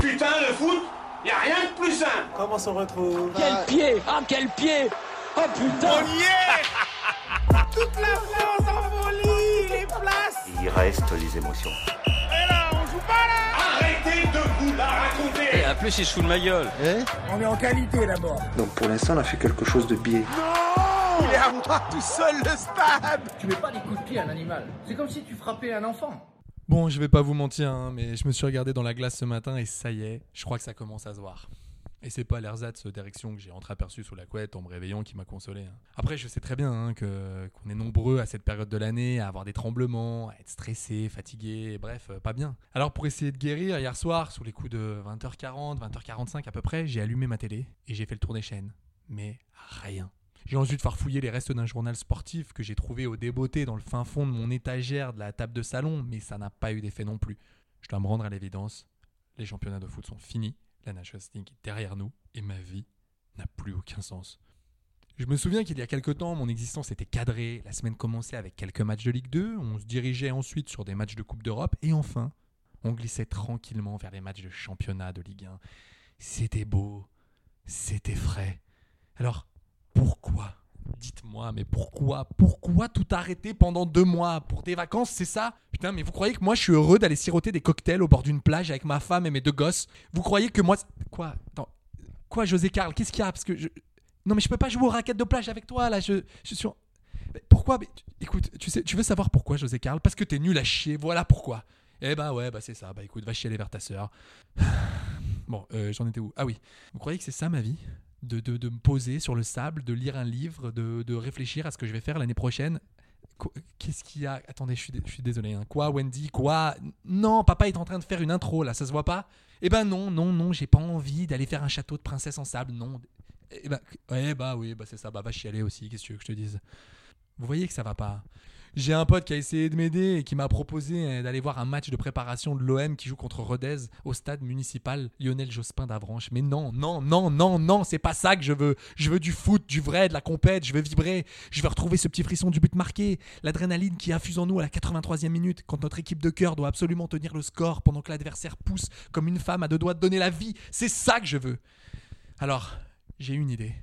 Putain, le foot, y a rien de plus simple. Comment on se retrouve Quel pied Ah, quel pied Oh putain y est Toute la France en folie, les places. Il reste les émotions. Et là, on joue pas là. Arrêtez de vous la raconter. En plus, il se fout de ma gueule. On est en qualité d'abord. Donc pour l'instant, on a fait quelque chose de biais. Il est à moi tout seul le stade. Tu mets pas des coups de pied à un animal. C'est comme si tu frappais un enfant. Bon, je vais pas vous mentir, hein, mais je me suis regardé dans la glace ce matin et ça y est, je crois que ça commence à se voir. Et c'est pas l'ersatz d'érection que j'ai entreaperçu sous la couette en me réveillant qui m'a consolé. hein. Après, je sais très bien hein, que qu'on est nombreux à cette période de l'année à avoir des tremblements, à être stressé, fatigué, et bref, euh, pas bien. Alors pour essayer de guérir, hier soir, sous les coups de 20h40, 20h45 à peu près, j'ai allumé ma télé et j'ai fait le tour des chaînes. Mais rien. J'ai ensuite farfouillé les restes d'un journal sportif que j'ai trouvé au débeauté dans le fin fond de mon étagère de la table de salon, mais ça n'a pas eu d'effet non plus. Je dois me rendre à l'évidence, les championnats de foot sont finis, la Nations League est derrière nous, et ma vie n'a plus aucun sens. Je me souviens qu'il y a quelque temps, mon existence était cadrée, la semaine commençait avec quelques matchs de Ligue 2, on se dirigeait ensuite sur des matchs de Coupe d'Europe, et enfin, on glissait tranquillement vers les matchs de championnat de Ligue 1. C'était beau, c'était frais. Alors, pourquoi Dites-moi, mais pourquoi Pourquoi tout arrêter pendant deux mois Pour des vacances, c'est ça Putain, mais vous croyez que moi je suis heureux d'aller siroter des cocktails au bord d'une plage avec ma femme et mes deux gosses Vous croyez que moi. Quoi Attends. Quoi, José Carl Qu'est-ce qu'il y a Parce que je. Non, mais je peux pas jouer aux raquettes de plage avec toi, là. Je, je suis sur. Mais pourquoi Mais tu- Écoute, tu, sais, tu veux savoir pourquoi, José Carl Parce que t'es nul à chier, voilà pourquoi. Eh bah ouais, bah c'est ça. Bah écoute, va chialer vers ta sœur. Bon, euh, j'en étais où Ah oui. Vous croyez que c'est ça ma vie de, de, de me poser sur le sable, de lire un livre, de, de réfléchir à ce que je vais faire l'année prochaine. Qu- Qu'est-ce qu'il y a Attendez, je suis, dé- je suis désolé. hein. Quoi, Wendy Quoi Non, papa est en train de faire une intro là, ça se voit pas Eh ben non, non, non, j'ai pas envie d'aller faire un château de princesse en sable, non. Eh ben, ouais, bah oui, bah c'est ça, bah va chialer aussi, qu'est-ce que tu veux que je te dise Vous voyez que ça va pas. J'ai un pote qui a essayé de m'aider et qui m'a proposé euh, d'aller voir un match de préparation de l'OM qui joue contre Rodez au stade municipal Lionel Jospin d'Avranches. Mais non, non, non, non, non, c'est pas ça que je veux. Je veux du foot, du vrai, de la compète, je veux vibrer. Je veux retrouver ce petit frisson du but marqué, l'adrénaline qui infuse en nous à la 83e minute quand notre équipe de cœur doit absolument tenir le score pendant que l'adversaire pousse comme une femme à deux doigts de donner la vie. C'est ça que je veux. Alors, j'ai une idée.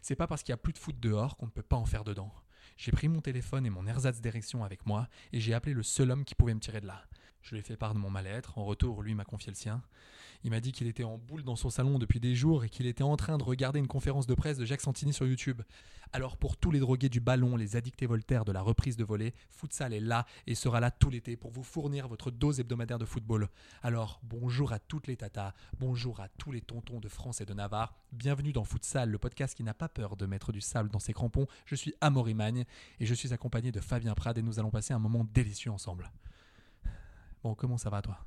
C'est pas parce qu'il y a plus de foot dehors qu'on ne peut pas en faire dedans. J'ai pris mon téléphone et mon ersatz d'érection avec moi et j'ai appelé le seul homme qui pouvait me tirer de là. Je lui ai fait part de mon mal-être. En retour, lui m'a confié le sien. Il m'a dit qu'il était en boule dans son salon depuis des jours et qu'il était en train de regarder une conférence de presse de Jacques Santini sur YouTube. Alors pour tous les drogués du ballon, les addictés Voltaire de la reprise de volée, Futsal est là et sera là tout l'été pour vous fournir votre dose hebdomadaire de football. Alors bonjour à toutes les tatas, bonjour à tous les tontons de France et de Navarre. Bienvenue dans Futsal, le podcast qui n'a pas peur de mettre du sable dans ses crampons. Je suis Amaury Magne et je suis accompagné de Fabien Prade et nous allons passer un moment délicieux ensemble. Bon, comment ça va toi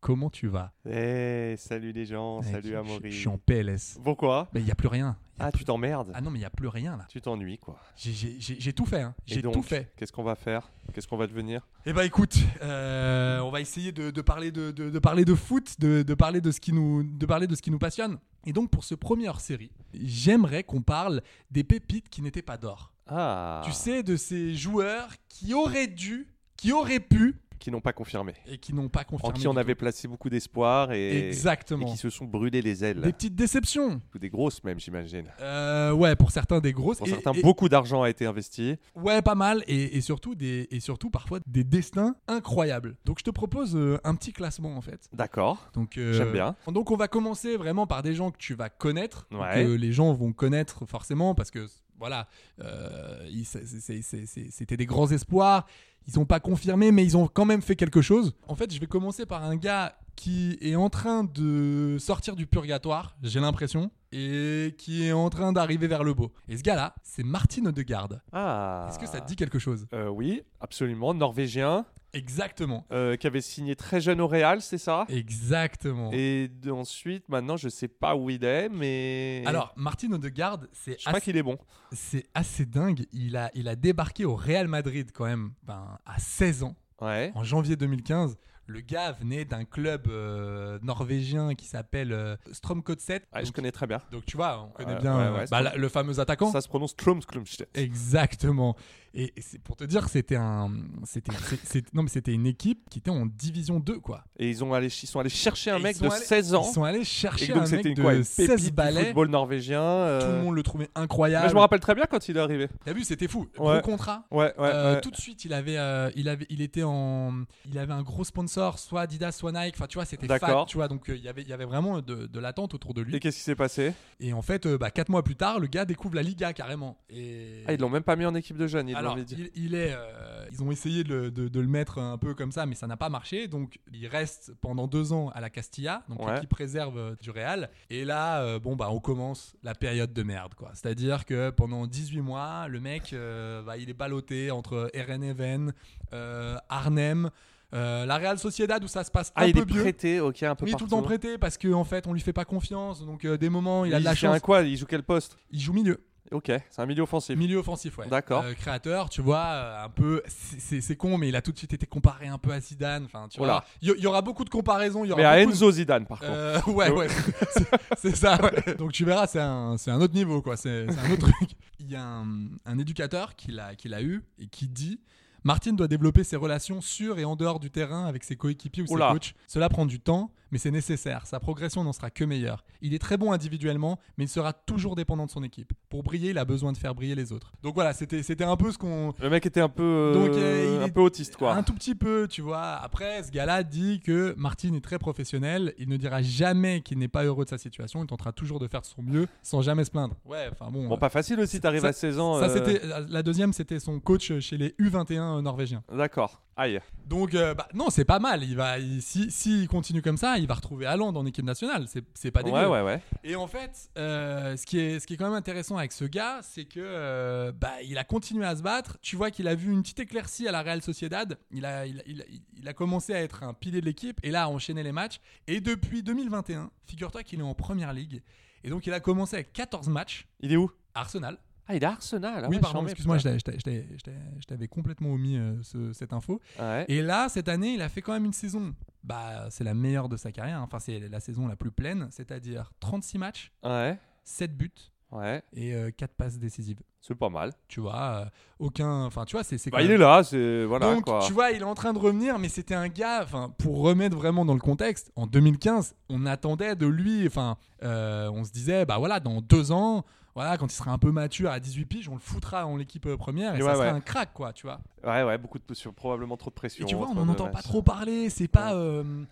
Comment tu vas Eh, salut les gens, Mec, salut je- Amaury. Je suis en PLS. Pourquoi Mais il n'y a plus rien. Y a Ah, plus- tu t'emmerdes Ah non, mais il n'y a plus rien là. Tu t'ennuies, quoi. J'ai- J'ai j'ai- j'ai tout fait. hein. Et J'ai donc, tout fait. Qu'est-ce qu'on va faire Qu'est-ce qu'on va devenir Eh bah écoute, euh, on va essayer de, de parler de, de- de parler de foot, de, de parler de ce qui nous de parler de ce qui nous passionne. Et donc pour ce premier hors série, j'aimerais qu'on parle des pépites qui n'étaient pas d'or. Ah Tu sais de ces joueurs qui auraient dû, qui auraient pu Qui n'ont pas confirmé. et qui n'ont pas confirmé. En qui on du avait placé beaucoup d'espoir tout. et... et exactement qui se sont brûlés les ailes. des petites déceptions. Ou des grosses, même, j'imagine. Euh, ouais, pour certains des grosses. Pour Et- certains, et- beaucoup d'argent a été investi. Ouais, pas mal, et, et surtout des, et surtout parfois des destins incroyables. Donc je te propose euh, un petit classement en fait. D'accord. Donc euh, J'aime bien. Donc on va commencer vraiment par des gens que tu vas connaître, Ouais. que les gens vont connaître forcément parce que voilà, euh, ils- c'est- c'est- c'est- c'est- c'était des grands espoirs. Ils n'ont pas confirmé, mais ils ont quand même fait quelque chose. En fait, je vais commencer par un gars qui est en train de sortir du purgatoire, j'ai l'impression, et qui est en train d'arriver vers le beau. Et ce gars-là, c'est Martine Odegaard. Ah. Est-ce que ça te dit quelque chose Euh, Oui, absolument. Norvégien, Exactement. euh, qui avait signé très jeune au Real, c'est ça Exactement. Et d- ensuite, maintenant, je sais pas où il est, mais. Alors, Martine Odegaard, c'est Je sais pas assez, qu'il est bon. c'est assez dingue. Il a, il a débarqué au Real Madrid quand même ben, à 16 ans. Ouais. En janvier 2015, le gars venait d'un club euh, norvégien qui s'appelle euh, Strømsgodset. Ouais, Ah, je donc, connais très bien. donc tu vois, on connaît Ouais, bien ouais, euh, ouais, bah, la- le fameux attaquant. Ça se prononce Tromsklumstedt. Exactement. Et, et c'est pour te dire, c'était un, c'était, c'est- c'est- non mais c'était une équipe qui était en division 2 quoi. Et ils, ont allé, ils sont allés chercher un Et mec ils sont de allés- 16 ans. Ils sont allés Et chercher donc, un c'était mec une quoi de Une 16 pépite du balais. football norvégien. euh, Tout le monde le trouvait Mais incroyable. je me rappelle très bien quand il est arrivé. T'as vu, c'était fou. Gros Ouais. contrat. Ouais, ouais. Euh, ouais. Tout de suite, il avait, euh, il avait, il était en, il avait un gros sponsor, soit Adidas, soit Nike. Enfin, tu vois, c'était fat. D'accord. Tu vois, donc euh, il y avait, il y avait vraiment de, de l'attente autour de Et lui. qu'est-ce qui s'est passé Et en fait, euh, bah, quatre mois plus tard, le gars découvre la Liga carrément. Et Ah, ils l'ont même pas mis en équipe de jeunes, ils l'ont alors, mis dit. il, il est, euh, ils ont essayé de, le- de- de le mettre un peu comme ça, mais ça n'a pas marché. Donc, il reste pendant deux ans à la Castilla, donc Ouais. l'équipe réserve euh, du Real. Et là, euh, bon, bah, on commence la période de merde, quoi. C'est-à-dire que pendant 18 mois, le mec, euh, bah, il est ballotté entre Ereneven, euh, Arnhem, euh, la Real Sociedad, où ça se passe un Ah, il peu est mieux. prêté, ok, un peu Oui, tout partout. le temps prêté parce qu'en en fait, on lui fait pas confiance. Donc, euh, des moments, il a de la fait un chance. quoi Il joue quel poste Il joue milieu. Ok, c'est un milieu offensif. Milieu offensif, ouais. D'accord. Euh, créateur, tu vois, euh, un peu. c'est- C'est c'est con, mais il a tout de suite été comparé un peu à Zidane. Enfin, tu Oh là. vois. Il y, il y aura beaucoup de comparaisons. Il y aura Mais à beaucoup de- Enzo Zidane, par contre. Euh, ouais, ouais, c'est- c'est ça. ouais. Donc tu verras, c'est un, c'est un autre niveau, quoi. C'est c'est un autre truc. Il y a un, un éducateur qui l'a qui l'a eu et qui dit Martine doit développer ses relations sur et en dehors du terrain avec ses coéquipiers ou ses Oula. coachs. Cela prend du temps, mais c'est nécessaire. Sa progression n'en sera que meilleure. Il est très bon individuellement, mais il sera toujours dépendant de son équipe. Pour briller, il a besoin de faire briller les autres. Donc voilà, c'était c'était un peu ce qu'on Le mec était un peu, euh, Donc, euh, il un est- peu autiste, quoi. un tout petit peu, tu vois. Après, ce gars-là dit que Martin est très professionnel. Il ne dira jamais qu'il n'est pas heureux de sa situation. Il tentera toujours de faire de son mieux sans jamais se plaindre. Ouais, enfin bon. Bon, euh, pas facile aussi, t'arrives ça- à 16 ans. ça, euh, c'était la, la deuxième, c'était son coach chez les U21 euh, norvégiens. D'accord. Aïe. Donc, euh, bah, non, c'est pas mal. Il va, il- si, s'il continue comme ça, il va retrouver Haaland en équipe nationale. C'est, c'est pas dégueu. Ouais, ouais, ouais. Et en fait, euh, ce, qui est, ce qui est quand même intéressant avec ce gars, c'est que euh, bah, il a continué à se battre. Tu vois qu'il a vu une petite éclaircie à la Real Sociedad. Il a, il, il- il a commencé à être un pilier de l'équipe et là à enchaîner les matchs. Et depuis 2021, figure-toi qu'il est en première ligue. Et donc il a commencé avec 14 matchs Il est où à Arsenal. Ah, il est à Arsenal. ah oui, ouais, pardon, chambé, excuse-moi, je putain. t'avais- je t'avais- je t'avais- je t'avais- je t'avais complètement omis euh, ce- cette info. Ouais. Et là, cette année, il a fait quand même une saison. Bah, c'est la meilleure de sa carrière. hein. Enfin, c'est la saison la plus pleine, c'est-à-dire 36 matchs, Ouais. 7 buts Ouais. et 4 passes décisives. C'est pas mal. Tu vois, euh, aucun. Enfin, tu vois, c'est. c'est Bah, quand il même- est là, c'est. Voilà, Donc, quoi. tu vois, il est en train de revenir, mais c'était un gars. Enfin, pour remettre vraiment dans le contexte, en 2015, on attendait de lui. Enfin, euh, on se disait, bah voilà, dans deux ans, voilà, quand il sera un peu mature à 18 piges, on le foutra en l'équipe euh, première et Ouais, ça sera ouais. un crack, quoi, tu vois. Ouais, ouais, beaucoup de pression, probablement trop de pression. Et tu vois, on entre- n'en entend ouais, pas ça- trop parler. C'est pas. euh,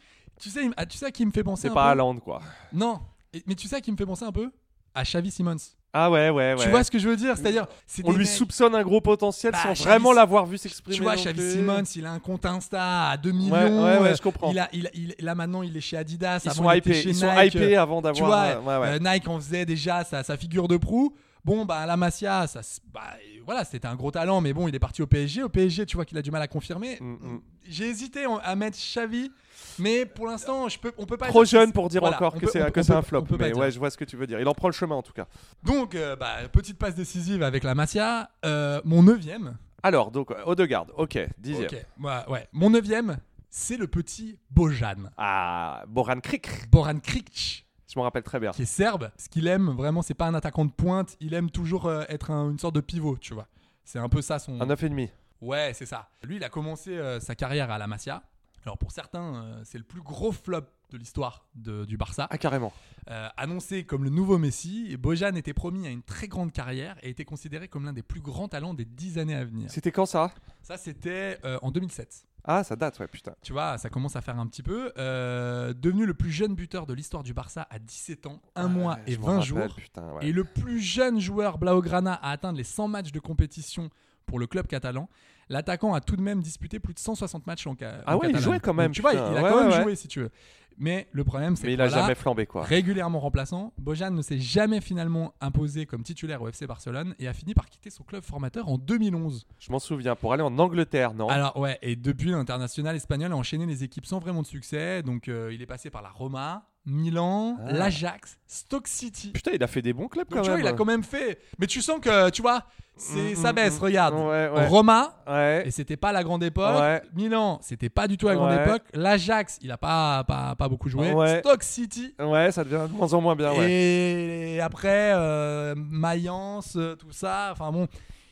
tu sais, il- ah, tu sais à qui il me fait penser C'est un pas peu Haaland, quoi. Non, Et- mais tu sais à qui il me fait penser un peu À Xavi Simmons. Ah, ouais, ouais, ouais. Tu vois ce que je veux dire C'est-à-dire, c'est on des lui mecs- soupçonne un gros potentiel Bah, sans Xavi- vraiment l'avoir vu s'exprimer. Tu vois, non Xavi plus. Simons, il a un compte Insta à 2 millions. ouais, ouais, euh, je comprends. Il a, il, il- là, maintenant, il est chez Adidas. Ils avant, sont il était hypés. chez Ils sont Nike. hypés avant Tu d'avoir. vois, euh, ouais, ouais. euh, Nike en faisait déjà sa, sa figure de proue. Bon, bah, à la Masia, ça, se- bah, euh, voilà, c'était un gros talent, mais bon, il est parti au PSG. Au PSG, tu vois qu'il a du mal à confirmer. Mm, mm. J'ai hésité en- à mettre Xavi, mais pour l'instant, je peux, on peut pas. Trop dire que jeune c'est- pour dire voilà, encore on que peut- on c'est peut- que on c'est peut- un flop, on peut pas mais dire. ouais, je vois ce que tu veux dire. Il en prend le chemin en tout cas. Donc, euh, bah, petite passe décisive avec la Masia. Euh, mon neuvième. Alors donc euh, Odegaard, ok, dixième. Ok, moi, ouais. Mon neuvième, c'est le petit Bojan. Ah Boran Krik, Boran Kric, je m'en rappelle très bien. qui est serbe. Ce qu'il aime vraiment, c'est pas un attaquant de pointe. Il aime toujours euh, être un- une sorte de pivot, tu vois. C'est un peu ça son. Un neuf et demi. Ouais, c'est ça. Lui, il a commencé euh, sa carrière à la Masia. Alors pour certains, euh, c'est le plus gros flop de l'histoire de- du Barça. Ah carrément. Euh, annoncé comme le nouveau Messi, Bojan était promis à une très grande carrière et était considéré comme l'un des plus grands talents des dix années à venir. C'était quand ça Ça, c'était euh, en 2007. Ah ça date ouais putain. Tu vois, ça commence à faire un petit peu. Euh, devenu le plus jeune buteur de l'histoire du Barça à 17 ans, un mois Ouais, et Ah, je m'en 20 rappelle, jours. Putain, ouais. Et le plus jeune joueur Blaugrana à atteindre les 100 matchs de compétition pour le club catalan. L'attaquant a tout de même disputé plus de 160 matchs en, ca- Ah en ouais, il Catalane. jouait quand même, Donc, tu vois, il, putain. il a Ouais, quand même ouais, joué si tu veux. Mais le problème, c'est Mais que il a voilà, jamais flambé, quoi. régulièrement remplaçant, Bojan ne s'est jamais finalement imposé comme titulaire au FC Barcelone et a fini par quitter son club formateur en 2011. Je m'en souviens, pour aller en Angleterre, non Alors ouais, et depuis l'international espagnol a enchaîné les équipes sans vraiment de succès, donc euh, il est passé par la Roma, Milan, Ah. l'Ajax, Stoke City. Putain, il a fait des bons clubs Donc quand tu vois, même. il a quand même fait. Mais tu sens que, tu vois, c'est Mm, ça mm, baisse. mm. Regarde, Ouais, ouais. Roma. Ouais. Et c'était pas la grande époque. Ouais. Milan, c'était pas du tout la grande Ouais. époque. L'Ajax, il a pas, pas, pas beaucoup joué. Ouais. Stoke City, Ouais, ça devient de moins en moins bien, ouais. et après, euh, Mayence, euh, tout ça. Enfin bon.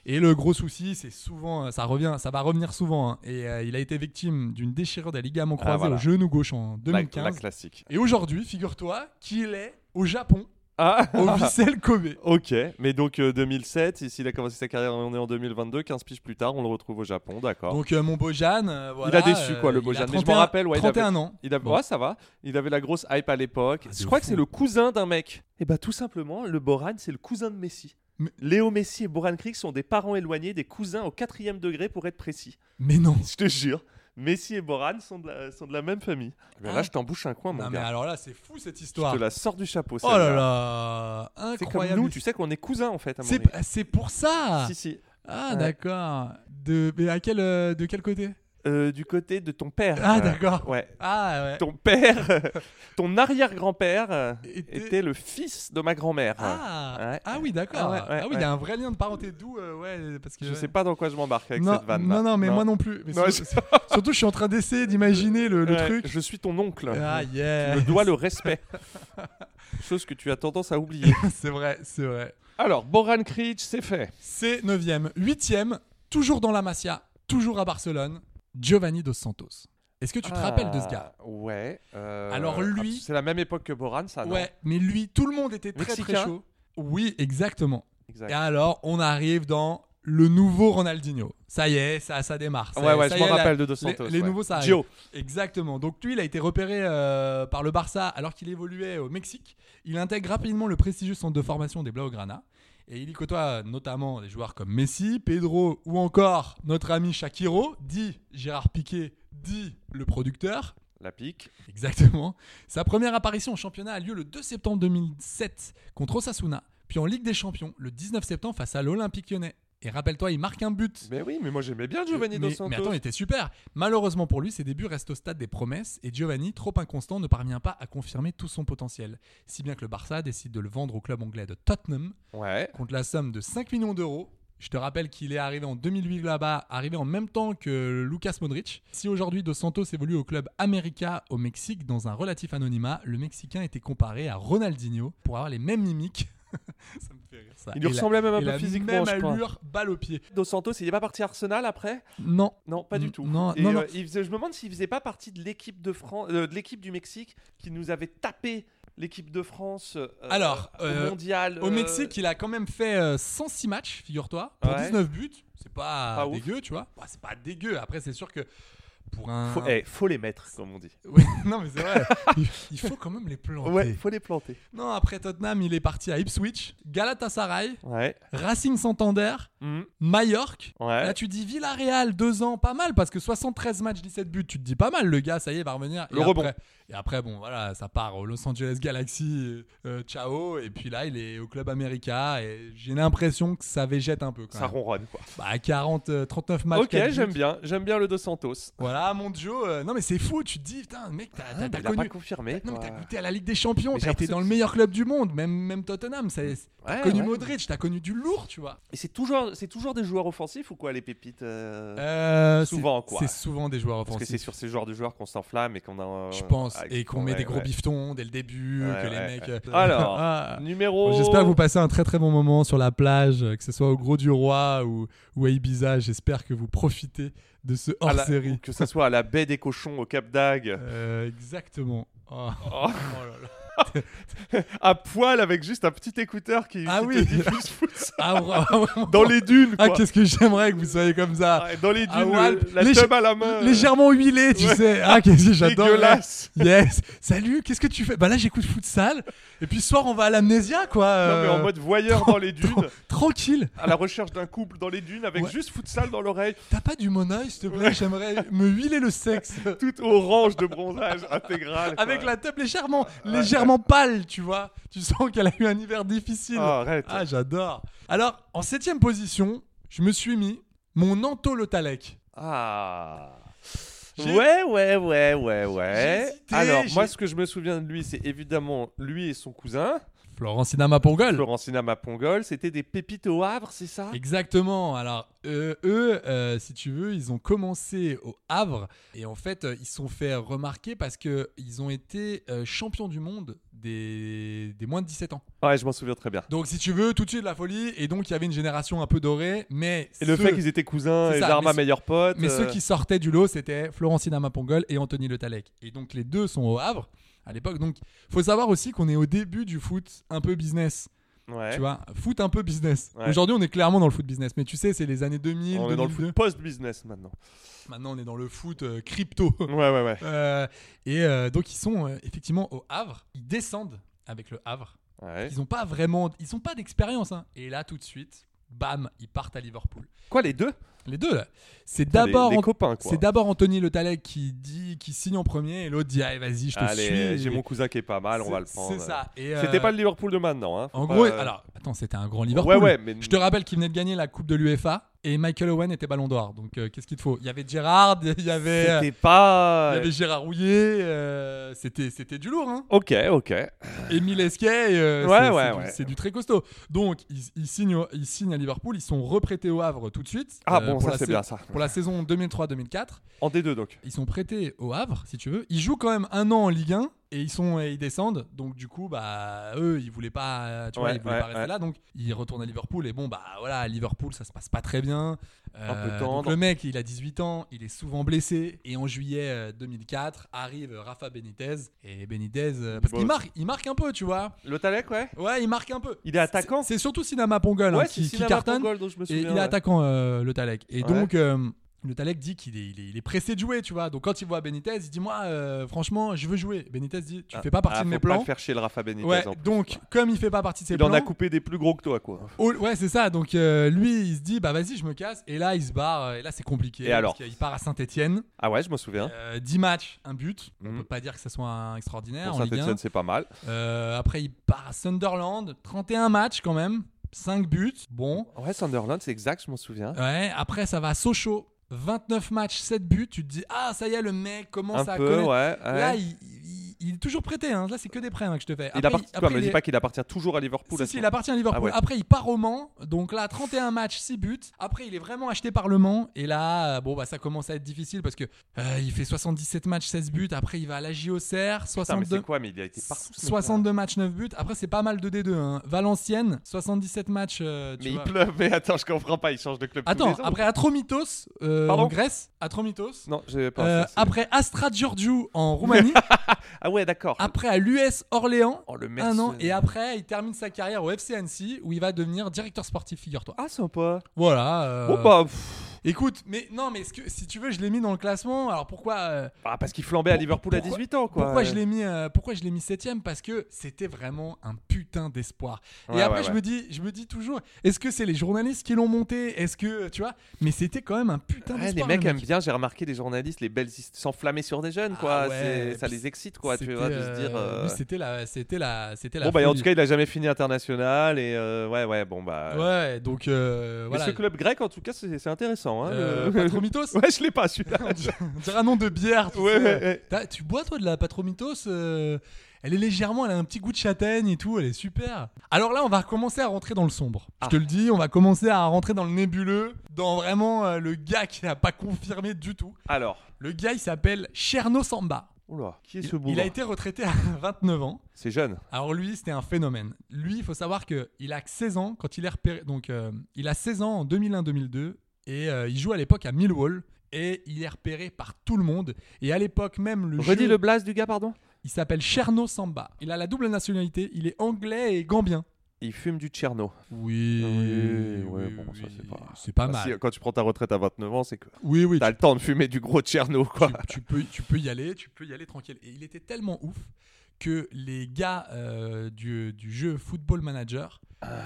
Et le gros souci, c'est souvent, euh, ça revient, ça va revenir souvent. hein. Et euh, il a été victime d'une déchirure des ligaments croisés Ah, voilà. au genou gauche en La- 2015. La, classique. Et aujourd'hui, figure-toi qu'il est au Japon, Ah au Vissel Kobe. Ok, mais donc euh, 2007, ici il a commencé sa carrière, on est en 2022, 15 piges plus tard, on le retrouve au Japon, d'accord. Donc euh, mon Bojan, euh, voilà. a déçu, quoi, le euh, il a Bojan. Mais je m'en 31 rappelle, ouais, il avait- 31 ans. Il avait, Bon. ouais, ça va. Il avait la grosse hype à l'époque. de Je crois que fou. c'est le cousin d'un mec. Et bah tout simplement, le Boran, c'est le cousin de Messi. Mais- Léo Messi et Boran Krieg sont des parents éloignés, des cousins au quatrième degré pour être précis. Mais non. Je te jure, Messi et Boran sont de la, sont de la même famille. Mais Ah. Eh ben là, je t'embouche un coin, mon Non, mais gars. alors là, c'est fou cette Je histoire. te la sors du chapeau. Oh là celle-là. là, C'est comme incroyable. nous, tu sais qu'on est cousins en fait. À un C'est moment donné. c'est pour ça. Si, si. Ah Ouais. d'accord. De mais à quel euh, de quel côté Euh, du côté de ton père. Ah Euh, d'accord. Ouais. Ah ouais. Ton père, ton arrière-grand-père euh, Était- était... le fils de ma grand-mère. Ah, Ouais. ah oui d'accord. Ah, Ah ouais, ouais, oui il y a un vrai lien de parenté d'où euh, ouais parce que Je sais pas dans quoi je m'embarque avec non, cette vanne. non non mais moi non plus. Mais Non, sur- Surtout je suis en train d'essayer d'imaginer le, le truc. Je suis ton oncle. Ah Je yeah. me dois le respect. Chose que tu as tendance à oublier. c'est vrai c'est vrai. Alors, Boran Kric, c'est fait. C'est neuvième, huitième, toujours dans la Masia, toujours à Barcelone. Giovanni dos Santos. Est-ce que tu te rappelles de ce Ah. gars Ouais. euh, Alors, lui- ah, C'est la même époque que Boran, ça, Ah, non Ouais, mais lui, tout le monde était très très Mexicain chaud. Oui, exactement. Exact. Et alors, on arrive dans le nouveau Ronaldinho. Ça y est, ça, ça démarre. Ça- Ouais, ouais, ça je y m'en est, la- rappelle de Dos Santos, Les, les ouais. nouveaux, ça arrive. Gio. Exactement. Donc, lui, il a été repéré euh, par le Barça alors qu'il évoluait au Mexique. Il intègre rapidement le prestigieux centre de formation des Blaugrana. Et il y côtoie euh, notamment des joueurs comme Messi, Pedro ou encore notre ami Shakiro, dit Gérard Piqué, dit le producteur. La pique. Exactement. Sa première apparition en championnat a lieu le 2 septembre 2007 contre Osasuna, puis en Ligue des Champions le 19 septembre face à l'Olympique lyonnais. Et rappelle-toi, il marque un but. Mais oui, mais moi j'aimais bien Giovanni mais, Dos Santos. mais attends, il était super. Malheureusement pour lui, ses débuts restent au stade des promesses et Giovanni, trop inconstant, ne parvient pas à confirmer tout son potentiel. Si bien que le Barça décide de le vendre au club anglais de Tottenham Ouais. contre la somme de 5 millions d'euros. Je te rappelle qu'il est arrivé en 2008 là-bas, arrivé en même temps que Lucas Modric. Si aujourd'hui Dos Santos évolue au club América au Mexique dans un relatif anonymat, le Mexicain était comparé à Ronaldinho pour avoir les mêmes mimiques. ça me fait rire ça. Il lui Et la- ressemblait même un et peu la physiquement, même je crois. allure, balle au pied. Dos Santos, il est pas parti à Arsenal après Non. Non, pas N- du tout. non, Et, non, non. euh, il faisait- je me demande s'il faisait pas partie de l'équipe de France, euh, de l'équipe du Mexique qui nous avait tapé l'équipe de France euh, Alors, au euh, mondial. Au euh, Mexique, il a quand même fait euh, 106 matchs, figure-toi, pour Ouais. 19 buts. C'est pas, Pas ouf. dégueu, tu vois. Bah, c'est pas dégueu. Après, c'est sûr que pour un. Faut, eh, faut les mettre, comme on dit. Ouais, non, mais c'est vrai. Il- il faut quand même les planter. Ouais, faut les planter. Non, après Tottenham, il est parti à Ipswich, Galatasaray, Ouais. Mmh. Racing Santander, Majorque. Ouais. Là, tu dis Villarreal, deux ans, pas mal, parce que 73 matchs, 17 buts, tu te dis pas mal, le gars, ça y est, va revenir. Le et rebond. Après, et après, bon, voilà, ça part au Los Angeles Galaxy, euh, ciao, et puis là, il est au club américain, et j'ai l'impression que ça végète un peu. Quand Ça même. ronronne, quoi. Bah, 40, euh, 39 matchs. ok, quatre buts. j'aime bien. J'aime bien le Dos Santos. Voilà, mon Joe, euh, non, mais c'est fou, tu te dis, putain, mec, t'as t'as- Ah, mais t'as il a pas connu. confirmé. Non, mais quoi. t'as goûté à la Ligue des Champions, Mais t'as j'ai été dans l'impression le que- meilleur club du monde, même, même Tottenham. c'est- T'as Ouais, connu ouais. Modric, t'as connu du lourd, tu vois. Et c'est toujours, c'est toujours des joueurs offensifs ou quoi, les pépites euh, Euh, Souvent, c'est- quoi. C'est souvent des joueurs Parce que c'est offensifs. sur ces joueurs de joueurs qu'on s'enflamme et qu'on a. euh, Je pense. ah, Et qu'on met ouais, des gros ouais. biftons dès le début, Ouais, que les ouais, mecs. ouais. euh, Alors, ah. Numéro. Bon, J'espère que vous passez un très très bon moment sur la plage, euh, que ce soit au Gros du Roi ou, ou à Ibiza. J'espère que vous profitez de ce à hors la- série. Que ça soit à la baie des cochons, au Cap d'Agde. Euh, exactement. Oh. Oh. Oh là là. à poil avec juste un petit écouteur qui, Ah qui oui. te diffuse foot Ah, ouais, ouais, ouais. dans les dunes. Ah, quoi. qu'est-ce que j'aimerais que vous soyez comme ça. Ouais, dans les dunes, Ah, ouais, le- la léger- teub à la main. euh, Légèrement huilé, tu sais. Ah, qu'est-ce que j'adore. Dégueulasse. Yes. Salut, qu'est-ce que tu fais Bah là, j'écoute futsal. Et puis ce soir, on va à l'amnésia, quoi. Non, mais en euh, mode voyeur dans les dunes, Tranquille. à la recherche d'un couple dans les dunes avec Ouais. juste futsal dans l'oreille, T'as pas du monoeil, s'il te plaît J'aimerais me huiler le sexe. tout orange de bronzage intégral. quoi. Avec la teub légèrement, légèrement pâle, tu vois. Tu sens qu'elle a eu un hiver difficile. Ah, arrête. Ah, j'adore. Alors, en septième position, je me suis mis mon Antolotalec. Ah. J'ai- Ouais, ouais, ouais, ouais, J'ai ouais. hésité, Alors, moi, j'ai- ce que je me souviens de lui, c'est évidemment lui et son cousin, Hmm. Florencina Mapongol. Florencina Mapongol. C'était des pépites au Havre, c'est ça Exactement. Alors, euh, eux, euh, si tu veux, ils ont commencé au Havre et en fait, euh, ils se sont fait remarquer parce que ils ont été euh, champions du monde des, des moins de 17 ans. Ouais, je m'en souviens très bien. Donc, si tu veux, tout de suite la folie. Et donc, il y avait une génération un peu dorée, mais Et le ceux- fait qu'ils étaient cousins C'est et ça, Zarma mais ceux- meilleur pote. mais ceux euh, qui sortaient du lot, c'était Florencina Mapongol et Anthony Le Tallec. Et donc, les deux sont au Havre à l'époque. Donc, faut savoir aussi qu'on est au début du foot un peu business. euh, ouais. Tu vois, foot un peu business. Ouais. Aujourd'hui, on est clairement dans le foot business. Mais tu sais, c'est les années 2000. On est dans le 2002. foot post-business maintenant. Maintenant, on est dans le foot euh, crypto. Ouais, ouais, ouais. Euh, et euh, donc, ils sont euh, effectivement au Havre. Ils descendent avec le Havre. Ouais. Ils n'ont pas vraiment, ils n'ont pas d'expérience. hein. Et là, tout de suite, bam, ils partent à Liverpool. Quoi, les deux Les deux, là. C'est Putain, les- d'abord, les Ant- copains, quoi. c'est d'abord Anthony Le Tallec qui dit, qui signe en premier, et l'autre dit, allez, vas-y, je te suis. Allez, euh, j'ai Et mon cousin qui est pas mal, on va le c'est- prendre. C'est ça. Et, euh, C'était pas le Liverpool de maintenant. Hein. Faut En pas- gros, alors, attends, c'était un grand Liverpool. Ouais, ouais, mais. Je te rappelle qu'il venait de gagner la Coupe de l'UEFA et Michael Owen était Ballon d'Or. Donc, euh, qu'est-ce qu'il te faut Il y avait Gerrard, il y avait. euh, C'était pas. Il y avait Gérard Rouillet, euh, c'était c'était du lourd. Hein. Ok, ok. Émile Esquet, euh, Ouais, c'est ouais, c'est du- ouais. c'est du, très costaud. Donc, ils, ils signent, au- ils signent à Liverpool, ils sont reprêtés au Havre tout de suite. Ah euh, bon, pour ça la c'est sa- bien ça. Pour la saison 2003-2004, En D2 donc. ils sont prêtés au Havre, si tu veux. Ils jouent quand même un an en Ligue 1 et ils, sont, et ils descendent. Donc, du coup, bah, eux, ils voulaient pas, euh, tu vois, Ouais, ils voulaient ouais, pas rester ouais. là. Donc, ils retournent à Liverpool. Et bon, bah voilà, à Liverpool, ça se passe pas très bien. Euh, Un peu donc tendre. le mec, il a 18 ans, il est souvent blessé. Et en juillet euh, 2004, arrive Rafa Benitez. Et Benitez, euh, parce bosse. qu'il marque, il marque un peu, tu vois. Le Talek, ouais. Ouais, il marque un peu. Il est attaquant. C'est surtout Sinama Pongol hein, ouais, c'est qui, qui Sinama cartonne. Pongol dont je me Et souviens. il est ouais. attaquant, euh, le Talek. Et Ouais. donc, euh, le Talek dit qu'il est, il est, il est pressé de jouer, tu vois. Donc, quand il voit Benitez, il dit Moi, euh, franchement, je veux jouer. Benitez dit Tu fais pas partie Ah, de mes faut pas plans. le faire chier le Rafa Benitez. ouais, en plus. donc, comme il fait pas partie de ses il plans. en a coupé des plus gros que toi, quoi. oh, ouais, c'est ça. Donc, euh, lui, il se dit Bah, vas-y, je me casse. Et là, il se barre. euh, Et là, c'est compliqué. Et alors Il part à Saint-Etienne. Ah ouais, je me souviens. 10 matchs, un but. On Mhm. peut pas dire que ce soit un extraordinaire. Pour en Ligue 1. Saint-Etienne, c'est pas mal. Euh, après, il part à Sunderland. 31 matchs quand même. 5 buts. Bon. Ouais, Sunderland, c'est exact, je m'en souviens. Ouais, après ça va à Sochaux. 29 matchs, 7 buts. Tu te dis, ah, ça y est, le mec commence Un à peu, ouais. connaître. ouais. Là, il, il- il est toujours prêté. hein. Là, c'est que des prêts hein, que je te fais. Il appartient. Quoi, me il dis est- pas qu'il appartient toujours à Liverpool. Si, à ce si, il moment. appartient à Liverpool. Ah ouais. Après, il part au Mans. Donc là, 31 matchs, 6 buts. Après, il est vraiment acheté par le Mans. Et là, euh, bon, bah, ça commence à être difficile parce que euh, il fait 77 matchs, 16 buts. Après, il va à la JOCR. Putain, mais 62, c'est quoi Mais il a été partout. ce mec-là. 62 matchs, 9 buts. Après, c'est pas mal de D2. hein. Valenciennes, 77 matchs. euh, tu Mais vois. il pleut, mais attends, je comprends pas, il change de club. tous Attends, les ans. après Atromitos euh, Pardon en Grèce, Atromitos. Non, j'ai pas. Euh, ça, c'est- après Astra Giorgio en Roumanie, Ah ouais, d'accord. après à l'US Orléans, Oh, le mec, un an, c'est- et après il termine sa carrière au FC Annecy où il va devenir directeur sportif, figure-toi. Ah, sympa. Voilà. euh, Bon, bah. pff, Écoute, mais non, mais ce que- si tu veux, je l'ai mis dans le classement. Alors pourquoi euh, Ah, parce qu'il flambait à Pour- Liverpool à pourquoi- 18 ans, quoi. Pourquoi je l'ai mis euh, Pourquoi je l'ai mis septième Parce que c'était vraiment un putain d'espoir. Ouais, et après, ouais, je me dis, je me dis toujours, est-ce que c'est les journalistes qui l'ont monté Est-ce que tu vois Mais c'était quand même un putain Ouais, d'espoir. les le mecs mec. aiment bien, j'ai remarqué les journalistes, les belles histoires, s'enflammer sur des jeunes, Ah quoi. ouais, C'est- puis ça les excite, quoi. Tu vois, de C'était, se dire. euh, euh, lui, c'était la, c'était la, c'était la. Bon, bah, en folie. tout cas, il a jamais fini international. Et euh, ouais, ouais, bon, bah. Ouais, donc euh, Mais voilà. ce club grec, en tout cas, c'est c'est intéressant. Hein, Euh, le- Patromitos ouais, je l'ai pas, celui-là. On dirait- on dirait un nom de bière. Tu, Ouais, sais. ouais, ouais. T'as- tu bois toi de la Patromitos euh, Elle est légèrement, elle a un petit goût de châtaigne et tout, elle est super. Alors là, on va commencer à rentrer dans le sombre. Ah. Je te le dis, on va commencer à rentrer dans le nébuleux, dans vraiment euh, le gars qui n'a pas confirmé du tout. Alors. Le gars, il s'appelle Cherno Samba. Oula, qui est Il, ce bourreau il a été retraité à 29 ans. C'est jeune. Alors lui, c'était un phénomène. Lui, il faut savoir que il a que 16 ans quand il est repéré. Donc euh, il a 16 ans en 2001-2002 et euh, il joue à l'époque à Millwall et il est repéré par tout le monde. Et à l'époque même le Redis jeu- le blaze du gars, pardon Il s'appelle Cherno Samba. Il a la double nationalité, il est anglais et gambien. Il fume du Tcherno. Oui, Ah Oui, oui, bon, ça, c'est pas- c'est pas Bah, mal. si, quand tu prends ta retraite à 29 ans, c'est que oui, oui, t'as le temps de fumer du gros Tcherno, quoi. tu, tu peux, tu peux y aller, tu peux y aller tranquille. Et il était tellement ouf que les gars euh, du, du jeu Football Manager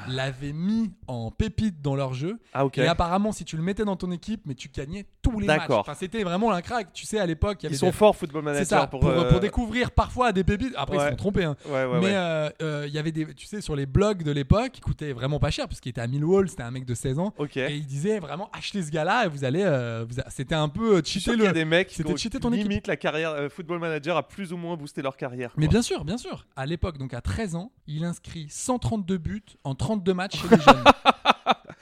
l'avaient mis en pépite dans leur jeu. Ah, ok. Et apparemment, si tu le mettais dans ton équipe, mais tu gagnais tous les matchs. D'accord. Enfin, c'était vraiment un crack. Tu sais, à l'époque, il y avait Ils sont des- forts, football C'est manager. ça, pour, pour, euh, euh, pour découvrir parfois des pépites. Après, ils Ouais. se sont trompés. hein. Ouais, ouais, mais ouais. euh, euh, il y avait des, tu sais, sur les blogs de l'époque, qui coûtaient vraiment pas cher, parce qu'il était à Millwall, c'était un mec de 16 ans. Ok. Et il disait vraiment, achetez ce gars-là, et vous allez. euh, vous a- C'était un peu euh, Je suis sûr cheater qu'il y a le. des mecs qui c'était ont- cheater ton limite la carrière euh, football manager a plus ou moins boosté leur carrière. Mais quoi. bien sûr, bien sûr. À l'époque, donc à 13 ans, il inscrit 132 buts en 32 matchs chez les jeunes.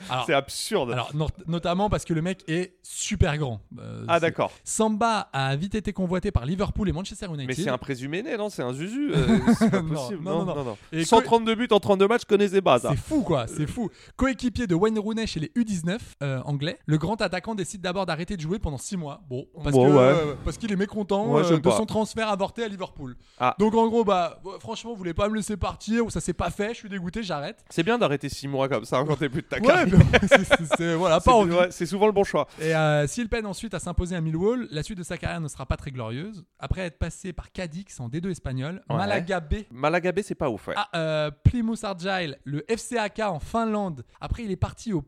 Alors, c'est absurde. alors, not- notamment parce que le mec est super grand. Euh, ah c'est- d'accord. Samba a vite été convoité par Liverpool et Manchester United. Mais c'est un présumé né, non C'est un zuzu. euh, c'est pas Non, possible. non, Non, non, non, non. non. Et que- 132 buts en 32 matchs, connaissez pas ça. C'est fou quoi, c'est fou. Coéquipier de Wayne Rooney chez les U19 euh, anglais, le grand attaquant décide d'abord d'arrêter de jouer pendant 6 mois. Bon, parce Bon, que, ouais. euh, parce qu'il est mécontent Ouais, euh, j'aime de pas. son transfert avorté à Liverpool. Ah. Donc en gros, bah ouais, franchement, vous voulez pas me laisser partir ou ça s'est pas fait, je suis dégoûté, j'arrête. C'est bien d'arrêter 6 mois comme ça hein, quand t'es plus de ta Ouais, carrière. mais c'est- c'est- c'est- voilà, C'est- pas envie. ouais, c'est souvent le bon choix. Et euh, s'il peine ensuite à s'imposer à Millwall, la suite de sa carrière ne sera pas très glorieuse. Après être passé par Cadix en D2 espagnol, Ouais. Malaga B Malagabé, c'est pas ouf. Ouais. à euh, Plymouth Argyle, le FCAK en Finlande. Après, il est parti au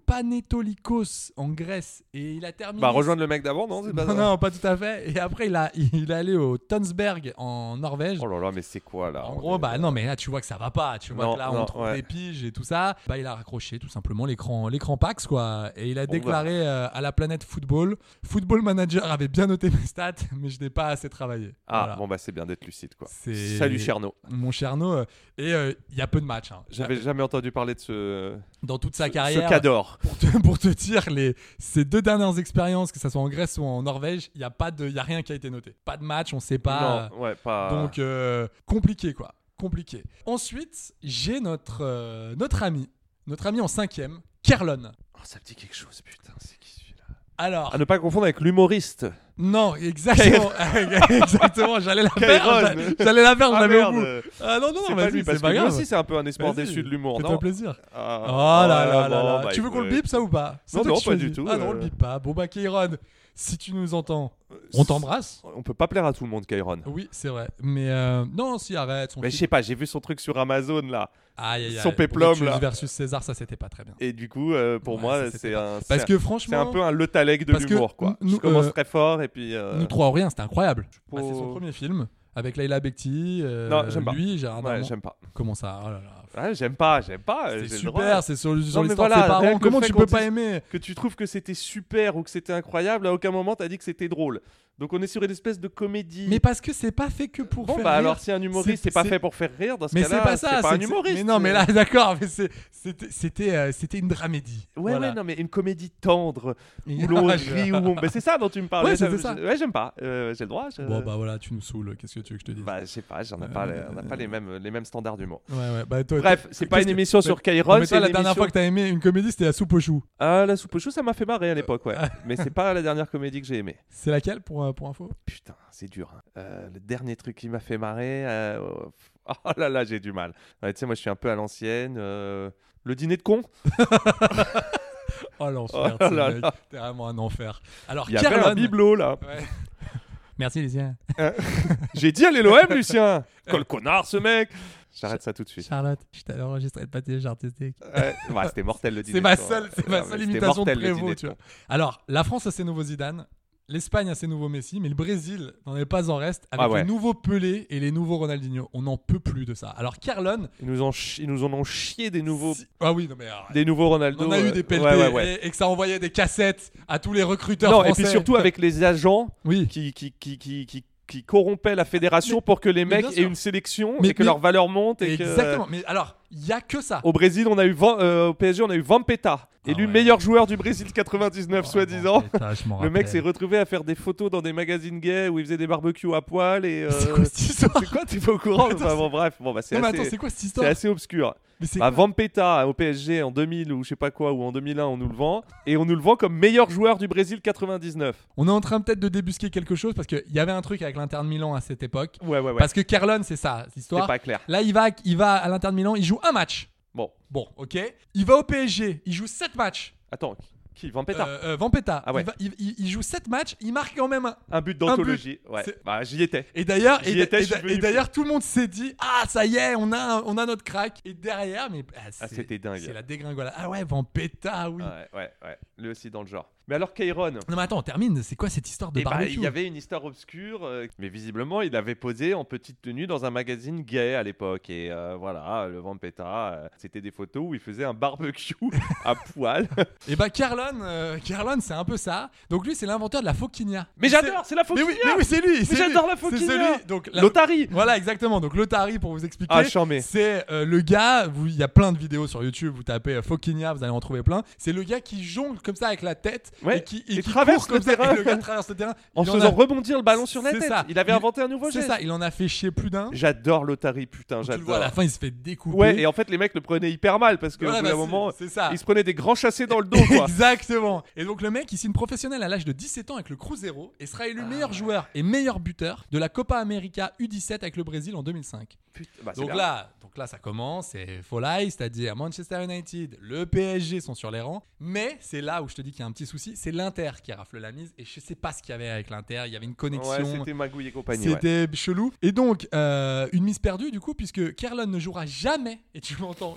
Panetolikos en Grèce et il a terminé. bah rejoindre le mec d'avant, non C'est pas Non, ça. non, pas tout à fait. Et après, il a il est allé au Tønsberg en Norvège. Oh là là, mais c'est quoi là en on gros, est- bah non, mais là, tu vois que ça va pas. Tu vois Non, que là, on non, trouve ouais. des piges et tout ça. Bah, il a raccroché tout simplement l'écran, l'écran Pax, quoi. Et il a Bon, bah. déclaré euh, à la planète football Football Manager avait bien noté mes stats, mais je n'ai pas assez travaillé. Ah Voilà. bon bah c'est bien d'être lucide quoi. C'est- Salut Cherno. Mon Cherno, euh, et euh, il y a peu de matchs. hein. J'avais jamais entendu parler de ce Dans toute sa ce carrière, cador. pour te, pour te dire, les, ces deux dernières expériences, que ce soit en Grèce ou en Norvège, il n'y a, pas de- y a rien qui a été noté. Pas de match, on ne sait pas. Non, ouais, pas. Donc, euh, compliqué, quoi. Compliqué. Ensuite, j'ai notre, euh, notre ami, notre ami en cinquième, Kerlon. Oh, ça me dit quelque chose, putain, c'est qui celui-là Alors, À ne pas confondre avec l'humoriste. non, exactement, exactement, j'allais la faire, Kairon. j'allais la faire, je Ah, l'avais au merde. bout. Ah non, non, C'est non, pas vas-y, lui, c'est parce pas que lui grave. aussi, c'est un peu un espoir Vas-y, déçu de l'humour, Fais-toi non plaisir. Ah, Oh là là ouais, là bon, là. bah, Tu veux qu'on le écoute. bip ça ou pas C'est Non, toi non, qui pas choisis. du tout, Ah non, on euh. le bip pas. Bon bah Kairon, si tu nous entends, on t'embrasse. On peut pas plaire à tout le monde, Kairon. Oui, c'est vrai. Mais euh, non, si arrête. Son Mais je fils- sais pas, j'ai vu son truc sur Amazon là. Aïe, aïe, aïe. son péplum, Brutus là. versus César, ça c'était pas très bien. Et du coup, euh, pour Ouais, ça, moi, c'était c'est pas- un. Parce c'est- que C'est un franchement, peu un le Taleg de parce que l'humour, quoi. nous- je commence euh, très fort et puis. euh, nous trois en rien, c'était incroyable. Pour- Bah, c'est son premier film avec Laila Bekti, euh, Non, j'aime pas. lui, Gérard ouais, Darmon. j'aime Ah, pas. Comment ça Oh là là. Ouais, j'aime pas, j'aime pas. euh, j'ai C'est le super, droit. c'est sur, sur mais l'histoire de voilà, ses rien parents. que le Comment fait tu qu'on peux pas dise- aimer Que tu trouves que c'était super ou que c'était incroyable, à aucun moment t'as dit que c'était drôle. Donc on est sur une espèce de comédie. Mais parce que c'est pas fait que pour bon, faire bah rire. alors si un humoriste c'est- c'est pas c'est- fait pour faire rire, dans ce Mais cas-là, c'est pas ça, c'est pas un c'est- humoriste. Mais non, mais là, c'est- d'accord, mais c'est- c'était, c'était, euh, c'était une dramédie. Ouais, Voilà. ouais, non, mais une comédie tendre Et- où l'on Ah, je- rit, où on. Mais c'est ça dont tu me parles. Ouais, mais c'était ça. Ouais, j'aime pas. Euh, j'ai le droit. je- Bon, bah voilà, tu nous saoules. Qu'est-ce que tu veux que je te dise Bah, je sais pas, j'en ai pas, les- on n'a pas les mêmes, les mêmes standards d'humour. Ouais, ouais, bah, toi, Bref, toi- c'est pas qu'est-ce une que- émission sur Kairon, Non, Mais toi, c'est la une dernière émission- fois que t'as aimé une comédie, c'était la soupe aux choux. Ah, la soupe au chou, ça m'a fait marrer à l'époque, ouais. mais c'est pas la dernière comédie que j'ai aimée. C'est laquelle pour, euh, pour info Putain, c'est dur. hein. Euh, le dernier truc qui m'a fait marrer. euh, oh, pff, oh là là, j'ai du mal. Ouais, tu sais, moi, je suis un peu à l'ancienne. euh, Le dîner de con Oh l'enfer, Oh ce là mec. là. T'es vraiment un enfer. Alors, Il y avait un Carlon- bibelot, là. Ouais. Merci, Lucien. J'ai dit à l'OM, Lucien Quel connard, ce mec J'arrête ça tout de suite. Charlotte, je t'avais enregistré le pâté artistique. Ouais, bah, c'était mortel le dîner C'est de ma con, seule, ouais. c'est ma Ah, Non, mais seule c'était imitation de mortel, le Prévost, dîner de tu vois. con. Alors, la France a ses nouveaux Zidane, l'Espagne a ses nouveaux Messi, mais le Brésil n'en est pas en reste avec Ah ouais. les nouveaux Pelé et les nouveaux Ronaldinho. On n'en peut plus de ça. Alors, Carlon, Ils nous, ont chi- Ils nous en ont chié des nouveaux, si- ah oui, non mais alors, des nouveaux Ronaldo. on a euh, eu des pelletés ouais, ouais, ouais. Et, et que ça envoyait des cassettes à tous les recruteurs Non, et français. puis surtout avec les agents oui. qui, qui, qui, qui, qui, qui corrompaient la fédération pour que les mais mecs bien sûr. aient une sélection Mais- et que mais- leur valeur monte. Et que- euh, Exactement. Mais alors, Il y a que ça. Au Brésil, on a eu Van- euh, au PSG, on a eu Vampeta, élu ouais. meilleur joueur du Brésil 99 soi-disant. Oh, Putain, je m'en Le mec s'est rappelle. retrouvé à faire des photos dans des magazines gays où il faisait des barbecues à poil et euh, C'est quoi cette histoire c'est quoi t'es pas au courant Attends, Enfin, bon, bref, bon bah c'est Non mais attends, assez, c'est quoi cette c'est histoire assez obscur. Mais c'est Bah, quoi Vampeta au PSG en 2000 ou je sais pas quoi ou en 2001 on nous le vend et on nous le vend comme meilleur joueur du Brésil 99. On est en train peut-être de débusquer quelque chose parce qu'il y avait un truc avec l'Inter de Milan à cette époque. Ouais ouais ouais. Parce que Kerlon, c'est ça, C'est l'histoire. pas clair. Là, il va, il va à l'Inter de Milan, il joue un match. Bon, Bon, ok. Il va au PSG, il joue 7 matchs. attends, qui Vampeta Euh, euh, Vampeta, Ah ouais. il, va- il- il- il joue 7 matchs, il marque quand même un. Un but d'anthologie. Ouais. C'est- Bah j'y étais. Et d'ailleurs, et J'y d'a- étais, et je suis d'a- venu. et d'ailleurs, tout le monde s'est dit Ah, ça y est, on a, un- on a notre crack. Et derrière, mais. ah, c'est- c'était dingue. C'est la dégringolade. Ah ouais, Vampeta, oui. Ouais ouais ouais. Lui aussi dans le genre. Mais alors Kairon. Non, mais attends, on termine. C'est quoi cette histoire de Eh ben, barbecue il y avait une histoire obscure, euh, mais visiblement, il avait posé en petite tenue dans un magazine gay à l'époque. Et euh, voilà, le Vampeta, euh, c'était des photos où il faisait un barbecue à poil. Et bah, Carlon, euh, Carlon, c'est un peu ça. Donc lui, c'est l'inventeur de la Foquinia. Mais C'est- j'adore, c'est la Mais fauquille oui, mais oui, c'est lui. c'est lui. j'adore la C'est Foquinia. celui- Donc la- Lotari Voilà, exactement. Donc l'Otari, pour vous expliquer, Ah, chambé. c'est euh, le gars. vous- Il y a plein de vidéos sur YouTube. Vous tapez euh, Foquinia, vous allez en trouver plein. C'est le gars qui jongle comme ça avec la tête Ouais, et qui, qui et traverse court comme le ça, terrain. Et le gars traverse le terrain En Il en faisant a- rebondir le ballon sur la C'est tête. ça. Il avait Il- inventé un nouveau C'est geste. ça. Il en a fait chier plus d'un. J'adore Lotari, putain, Tu le vois à la j'adore. fin, il se fait découper. Ouais, et en fait, les mecs le prenaient hyper mal parce que Voilà, au bout bah, d'un c'est- moment, c'est ça. ils se prenaient des grands chassés dans le dos, quoi. Exactement. Et donc le mec, il signe professionnel à l'âge de 17 ans avec le Cruzeiro et sera Ah élu meilleur joueur et meilleur buteur de la Copa América U17 avec le Brésil en 2005. Putain, bah, c'est Donc la- là, donc là, ça commence, c'est Folai, c'est-à-dire Manchester United, le PSG sont sur les rangs. Mais c'est là où je te dis qu'il y a un petit souci, c'est l'Inter qui rafle la mise. Et je sais pas ce qu'il y avait avec l'Inter, il y avait une Ouais, connexion. c'était Magouille et compagnie. ouais. C'était chelou. Et donc, euh, une mise perdue du coup, puisque Kerlon ne jouera jamais, et tu m'entends,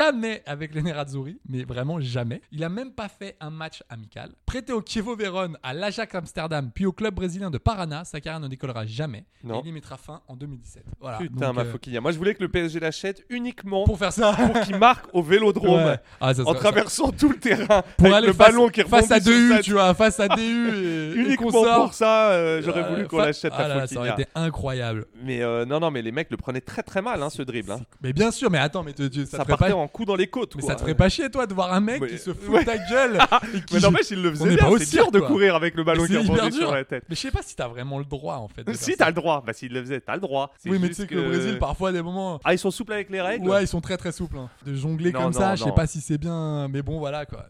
jamais avec Lenerazzurri, mais vraiment jamais. Il a même pas fait un match amical. Prêté au Chievo Vérone, à l'Ajax Amsterdam, puis au club brésilien de Paraná, sa carrière ne décollera jamais. Non. Et il y mettra fin en 2017. Voilà. Putain, Donc, ma euh, Foquilla. Moi, je voulais que le PSG l'achète uniquement Pour faire ça. pour qu'il marque au vélodrome Ouais. Ah, ça en serait- traversant tout le terrain Pour avec aller le face- ballon qui rebondit face à sur sa- DU, tu vois, face à DU et, et uniquement qu'on sort. pour ça euh, j'aurais voulu Euh, qu'on fa- l'achète Ah là la là, Ça aurait Foquilla été incroyable. mais euh, non non mais les mecs le prenaient très très mal hein, ce dribble hein. Mais bien sûr, mais attends, mais te- te- ça, ça te ferait partait pas. en coup dans les côtes Mais quoi. ça te ferait pas chier, toi, de voir un mec Mais- qui se fout Ouais. de ta gueule. et qui- mais n'empêche ils le On faisaient est bien pas au c'est cirque, dur de quoi. courir avec le ballon Mais qui c'est hyper rebondit dur. sur la tête Mais je sais pas si t'as vraiment le droit, en fait. de si faire t'as ça. le droit bah s'il le faisait t'as le droit C'est Oui, mais tu juste sais que le que- Brésil, parfois, à des moments. ah ils sont souples avec les règles Ouais, ils sont très très souples. hein. De jongler Non, comme non, ça, je sais non. pas si c'est bien, mais bon, voilà quoi.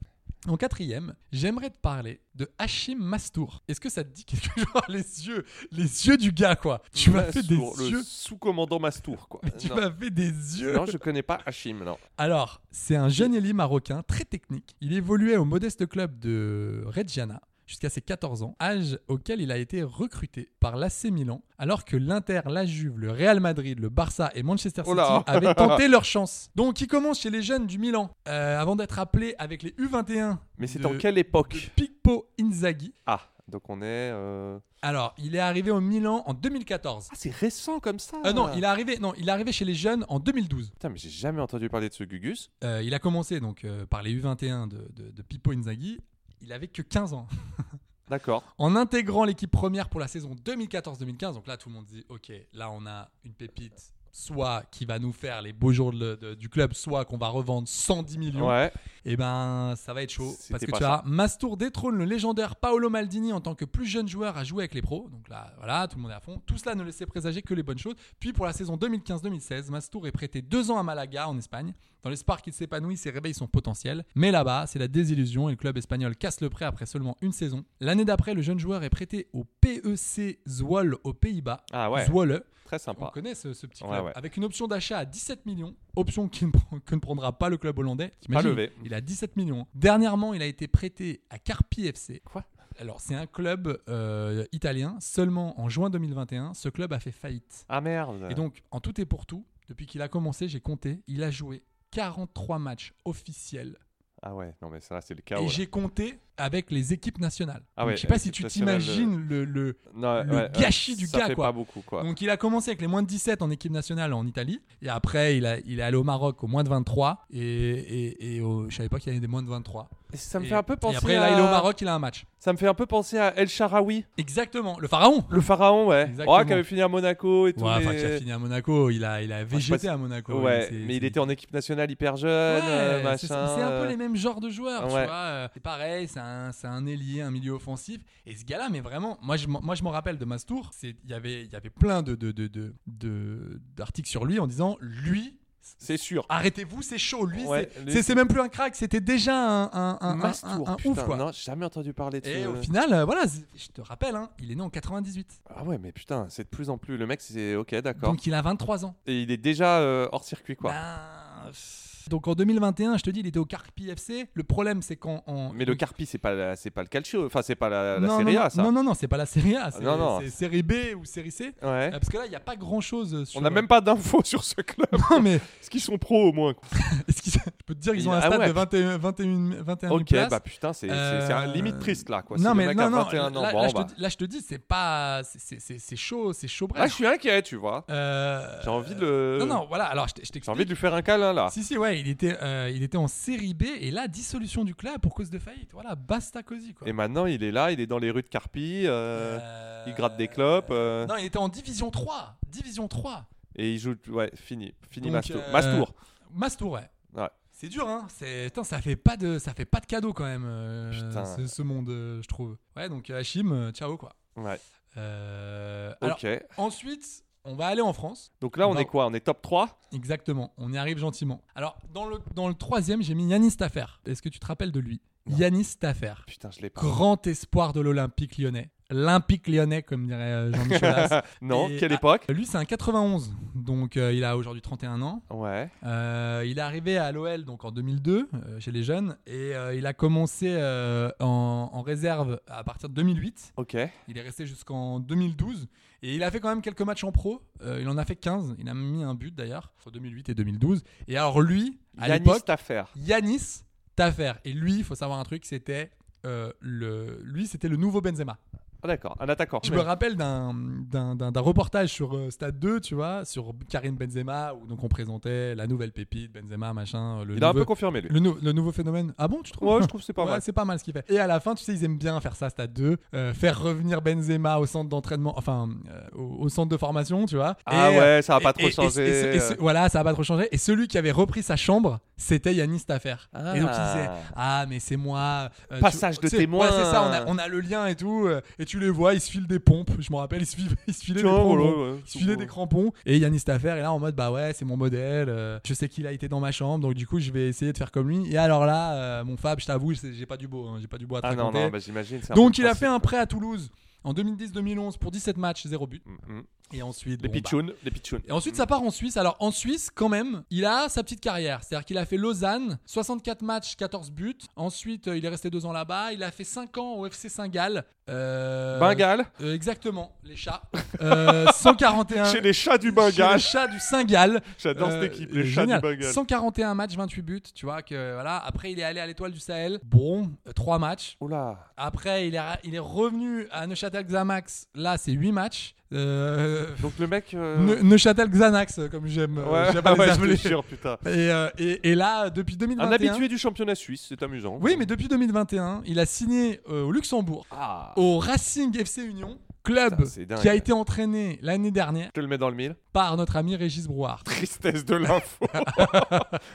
En quatrième, j'aimerais te parler de Hachim Mastour. Est-ce que ça te dit quelque chose Les yeux, les yeux du gars quoi. Tu m'as fait des Massour, le yeux. sous-commandant Mastour quoi Mais tu Non. m'as fait des yeux. non je connais pas Hachim non Alors, c'est un jeune ailier marocain très technique. Il évoluait au modeste club de Reggiana jusqu'à ses 14 ans, âge auquel il a été recruté par l'AC Milan, alors que l'Inter, la Juve, le Real Madrid, le Barça et Manchester Oh City là. avaient tenté leur chance. Donc, il commence chez les jeunes du Milan, euh, avant d'être appelé avec les U21 mais c'est de- en quelle de époque Pippo Inzaghi. ah donc on est euh, Alors, il est arrivé au Milan en 2014. ah c'est récent comme ça Euh, non, il est arrivé, non, il est arrivé chez les jeunes en 2012. Putain, mais j'ai jamais entendu parler de ce Gugus. Euh, il a commencé donc euh, par les U21 de, de- de Pippo Inzaghi. Il avait que 15 ans. D'accord. En intégrant l'équipe première pour la saison 2014-2015, donc là tout le monde dit ok, là on a une pépite, soit qui va nous faire les beaux jours de- de- du club, soit qu'on va revendre 110 millions. Ouais. Et ben ça va être chaud C'était parce que pas tu as Mastour détrône le légendaire Paolo Maldini en tant que plus jeune joueur à jouer avec les pros. Donc là voilà, tout le monde est à fond. Tout cela ne laissait présager que les bonnes choses. Puis pour la saison 2015-2016, Mastour est prêté deux ans à Malaga en Espagne dans l'espoir qu'il s'épanouisse et réveille son potentiel. Mais là-bas, c'est la désillusion et le club espagnol casse le prêt après seulement une saison. L'année d'après, le jeune joueur est prêté au PEC Zwolle aux Pays-Bas. Ah ouais. Zwolle. Très On sympa. connaît ce, ce petit Ouais, club. ouais. Avec une option d'achat à 17 millions, option qui ne, prend- que ne prendra pas le club hollandais. T'imagines levé. Il a 17 millions. Dernièrement, il a été prêté à Carpi FC. Quoi Alors, c'est un club euh, italien. Seulement en juin 2021, ce club a fait faillite. Ah merde. Et donc, en tout et pour tout, depuis qu'il a commencé, j'ai compté, il a joué 43 matchs officiels. Ah ouais, non mais ça c'est le chaos. et là. j'ai compté avec les équipes nationales. Ah Donc, ouais, je sais pas si équipe tu nationale de- t'imagines le- le, Non, le ouais, ouais, gâchis du ça gars, fait quoi. pas beaucoup quoi. Donc il a commencé avec les moins de 17 en équipe nationale en Italie. Et après, il, a, il est allé au Maroc au moins de 23. Et, et, et au- je savais pas qu'il y avait des moins de 23. Ça me Et- fait un peu penser Et après, à... là, il est au Maroc, il a un match. Ça me fait un peu penser à El Sharawi, Exactement, le pharaon le pharaon, ouais. Exactement. Ouais, qui avait fini à Monaco et tout. Ouais, enfin, mais- qui a fini à Monaco, il a, il a je sais végété pas si- à Monaco. Ouais, C'est- mais il c'est- était en équipe nationale hyper jeune, Ouais, euh, c'est- machin. c'est un peu euh, les mêmes genres de joueurs, ouais. tu vois. euh, C'est pareil, c'est un, c'est un ailier, un milieu offensif. Et ce gars-là, mais vraiment, moi je, m'en- moi je m'en rappelle de Mastour, c'est- il y avait, il y avait plein de, de, de, de- de- d'articles sur lui en disant lui, C'est sûr. arrêtez-vous, c'est chaud. Lui, Ouais, c'est- lui, c'est, c'est- c'est même plus un crack, c'était déjà un, un, un, un- Mastour, un- un putain, ouf, quoi. non, j'ai jamais entendu parler de Et ce- au final, euh, voilà, c'est- je te rappelle, hein, il est né en 98. Ah ouais, mais putain, c'est de plus en plus. Le mec, c'est ok, d'accord. Donc il a 23 ans. Et il est déjà euh, hors circuit, quoi. Ben, pff. donc en 2021, je te dis, il était au Carpi FC. Le problème, c'est qu'en. en- mais le Carpi, c'est pas, la- c'est pas le calcio, enfin, c'est pas la, la non, Serie non, A, non, ça. Ah, Non, non, non, c'est pas la série A, c'est non, non. c'est série B ou série C. Ouais. Euh, Parce que là, il n'y a pas grand chose. On n'a même pas d'infos sur ce club. Non, mais Est-ce qu'ils sont pros au moins quoi. est-ce qu'ils- je peux te dire qu'ils ont Ah un stade ouais. de 21, 21, 21 000 Ok, places. bah putain, c'est c'est- Euh, c'est un limite triste là, quoi. Si non, le mais mec non, a non, 21 ans, là, bon, là, je bah. te, dis- là, je te dis, c'est pas. c'est- c'est- C'est c'est chaud, c'est chaud, bref. Euh, Ah, je suis inquiet, tu vois. J'ai envie de le. Non, non, voilà, alors je t- je J'ai envie t'explique. de lui faire un câlin là. Si, si, ouais, il était, euh, il était en série B et là, dissolution du club pour cause de faillite. Voilà, basta cosy, quoi. Et maintenant, il est là, il est dans les rues de Carpi, euh, Euh, il gratte des clopes euh, Non, il était en division 3. Division 3. et il joue. Ouais, fini, fini Donc, Mastour. euh, Mastour. Mastour, ouais. Ouais. C'est dur, hein. C'est putain, ça fait pas de, ça fait pas de cadeau quand même. euh, Putain. ce, ce monde, euh, je trouve. Ouais, donc euh, Hachim, euh, ciao quoi. Ouais. Euh, alors, Ok. ensuite, on va aller en France. Donc là, on Non. est quoi On est top 3 Exactement. On y arrive gentiment. Alors, dans le dans le troisième, j'ai mis Yanis Taffer. Est-ce que tu te rappelles de lui Non. Yanis Taffer, Putain, je l'ai pas. grand espoir de l'Olympique Lyonnais. L'Olympique Lyonnais, comme dirait euh, Jean Michelas. non, Et- quelle ah. époque Lui, c'est un 91, donc euh, il a aujourd'hui 31 ans. Ouais. Euh, il est arrivé à l'OL donc en 2002 euh, chez les jeunes et euh, il a commencé euh, en, en réserve à partir de 2008. Ok. Il est resté jusqu'en 2012 et il a fait quand même quelques matchs en pro. Euh, il en a fait 15. Il a mis un but d'ailleurs entre 2008 et 2012. Et alors lui, à Yanis l'époque, Taffer. Yanis Taffer. Et lui, il faut savoir un truc, c'était euh, le, lui, c'était le nouveau Benzema. Ah, d'accord, un attaquant. Je me rappelle d'un- d'un d'un- d'un reportage sur euh, Stade 2, tu vois, sur Karim Benzema, où donc on présentait la nouvelle pépite, Benzema, machin. euh, Le Il nouveau, a un peu confirmé lui. le, nou- le nouveau phénomène. Ah bon, tu trouves Ouais, je trouve que c'est pas Ouais, mal. c'est pas mal ce qu'il fait. Et à la fin, tu sais, ils aiment bien faire ça, Stade 2, euh, faire revenir Benzema au centre d'entraînement, enfin, euh, au, au centre de formation, tu vois. Ah Et, euh, ouais, ça va pas et- trop et- et- changer. et ce- et ce- euh. voilà, ça a pas trop changé. Et celui qui avait repris sa chambre, c'était Yanis Taffer. Ah. Et donc il disait Ah, mais c'est moi. euh, Passage de tu sais, témoin. Ouais, c'est ça, on a, on a le lien et tout. euh, et tu les vois, ils se filent des pompes. Je me rappelle, ils se, filent- ils se filaient Tiens, des pompes. voilà, bon. ouais, Ils se filaient c'est des bon. crampons. Et Yanis Taffer est là en mode Bah ouais, c'est mon modèle. euh, je sais qu'il a été dans ma chambre, donc du coup, je vais essayer de faire comme lui. Et alors là, euh, mon Fab, je t'avoue, c'est- j'ai pas du beau. hein, j'ai pas du beau à te Ah non, raconter. non, bah, j'imagine. c'est un donc peu il le a fait un principe, prêt à Toulouse en 2010-2011 pour 17 matchs, 0 but. quoi. Mm, mm. Et ensuite. Les bon, bah, pitchounes, les pitchounes. et ensuite, ça part en Suisse. Alors, en Suisse, quand même, il a sa petite carrière. C'est-à-dire qu'il a fait Lausanne, 64 matchs, 14 buts. Ensuite, euh, il est resté deux ans là-bas. Il a fait 5 ans au FC Saint-Gall. Euh, Bengale euh, Exactement, les chats. Euh, 141. Chez les chats du Chez Bengale les chats du Saint-Gall. J'adore Euh, cette équipe, les euh, chats génial. du Bengale. 141 matchs, 28 buts. Tu vois que voilà. Après, il est allé à l'étoile du Sahel. Bon, 3 matchs. Oula Après, il est, il est revenu à Neuchâtel Xamax. Là, c'est 8 matchs. Euh, Donc le mec. euh, ne- Neuchâtel Xanax, euh, comme j'aime euh, Ouais, j'aime les ouais, je appeler. te jure, putain. Et, euh, et- et là, depuis 2021. Un habitué du championnat suisse, c'est amusant. Oui, mais depuis 2021, il a signé euh, au Luxembourg, Ah au Racing FC Union, club Putain, c'est dingue. qui a été entraîné l'année dernière Je te le mets dans le mille. par notre ami Régis Brouard. Tristesse de l'info.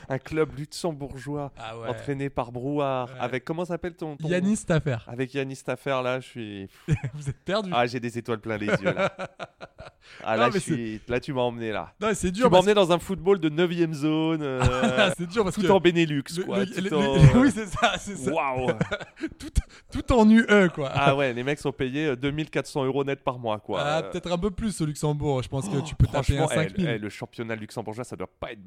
Un club luxembourgeois Ah ouais. entraîné par Brouard. Ouais. Avec comment s'appelle ton, ton- Yanis Taffer, Avec Yanis Taffer là, je suis. vous êtes perdu. Ah, j'ai des étoiles plein les yeux là. Ah, Non, là, mais je c'est- suis- là, tu m'as emmené là. Non, c'est Tu dur. m'as parce que- emmené dans un football de 9ème zone, euh, c'est dur parce tout que. en Benelux, le- quoi. le- tout le- en- le- Oui, c'est ça, c'est ça. Waouh Tout, tout en UE, quoi. Ah ouais, les mecs sont payés euh, 2400 euros net par mois, quoi. Ah, Euh, peut-être hein, un peu plus au Luxembourg. Je pense que tu peux taper un Franchement, eh, 5000. eh, le championnat luxembourgeois, ça doit pas être,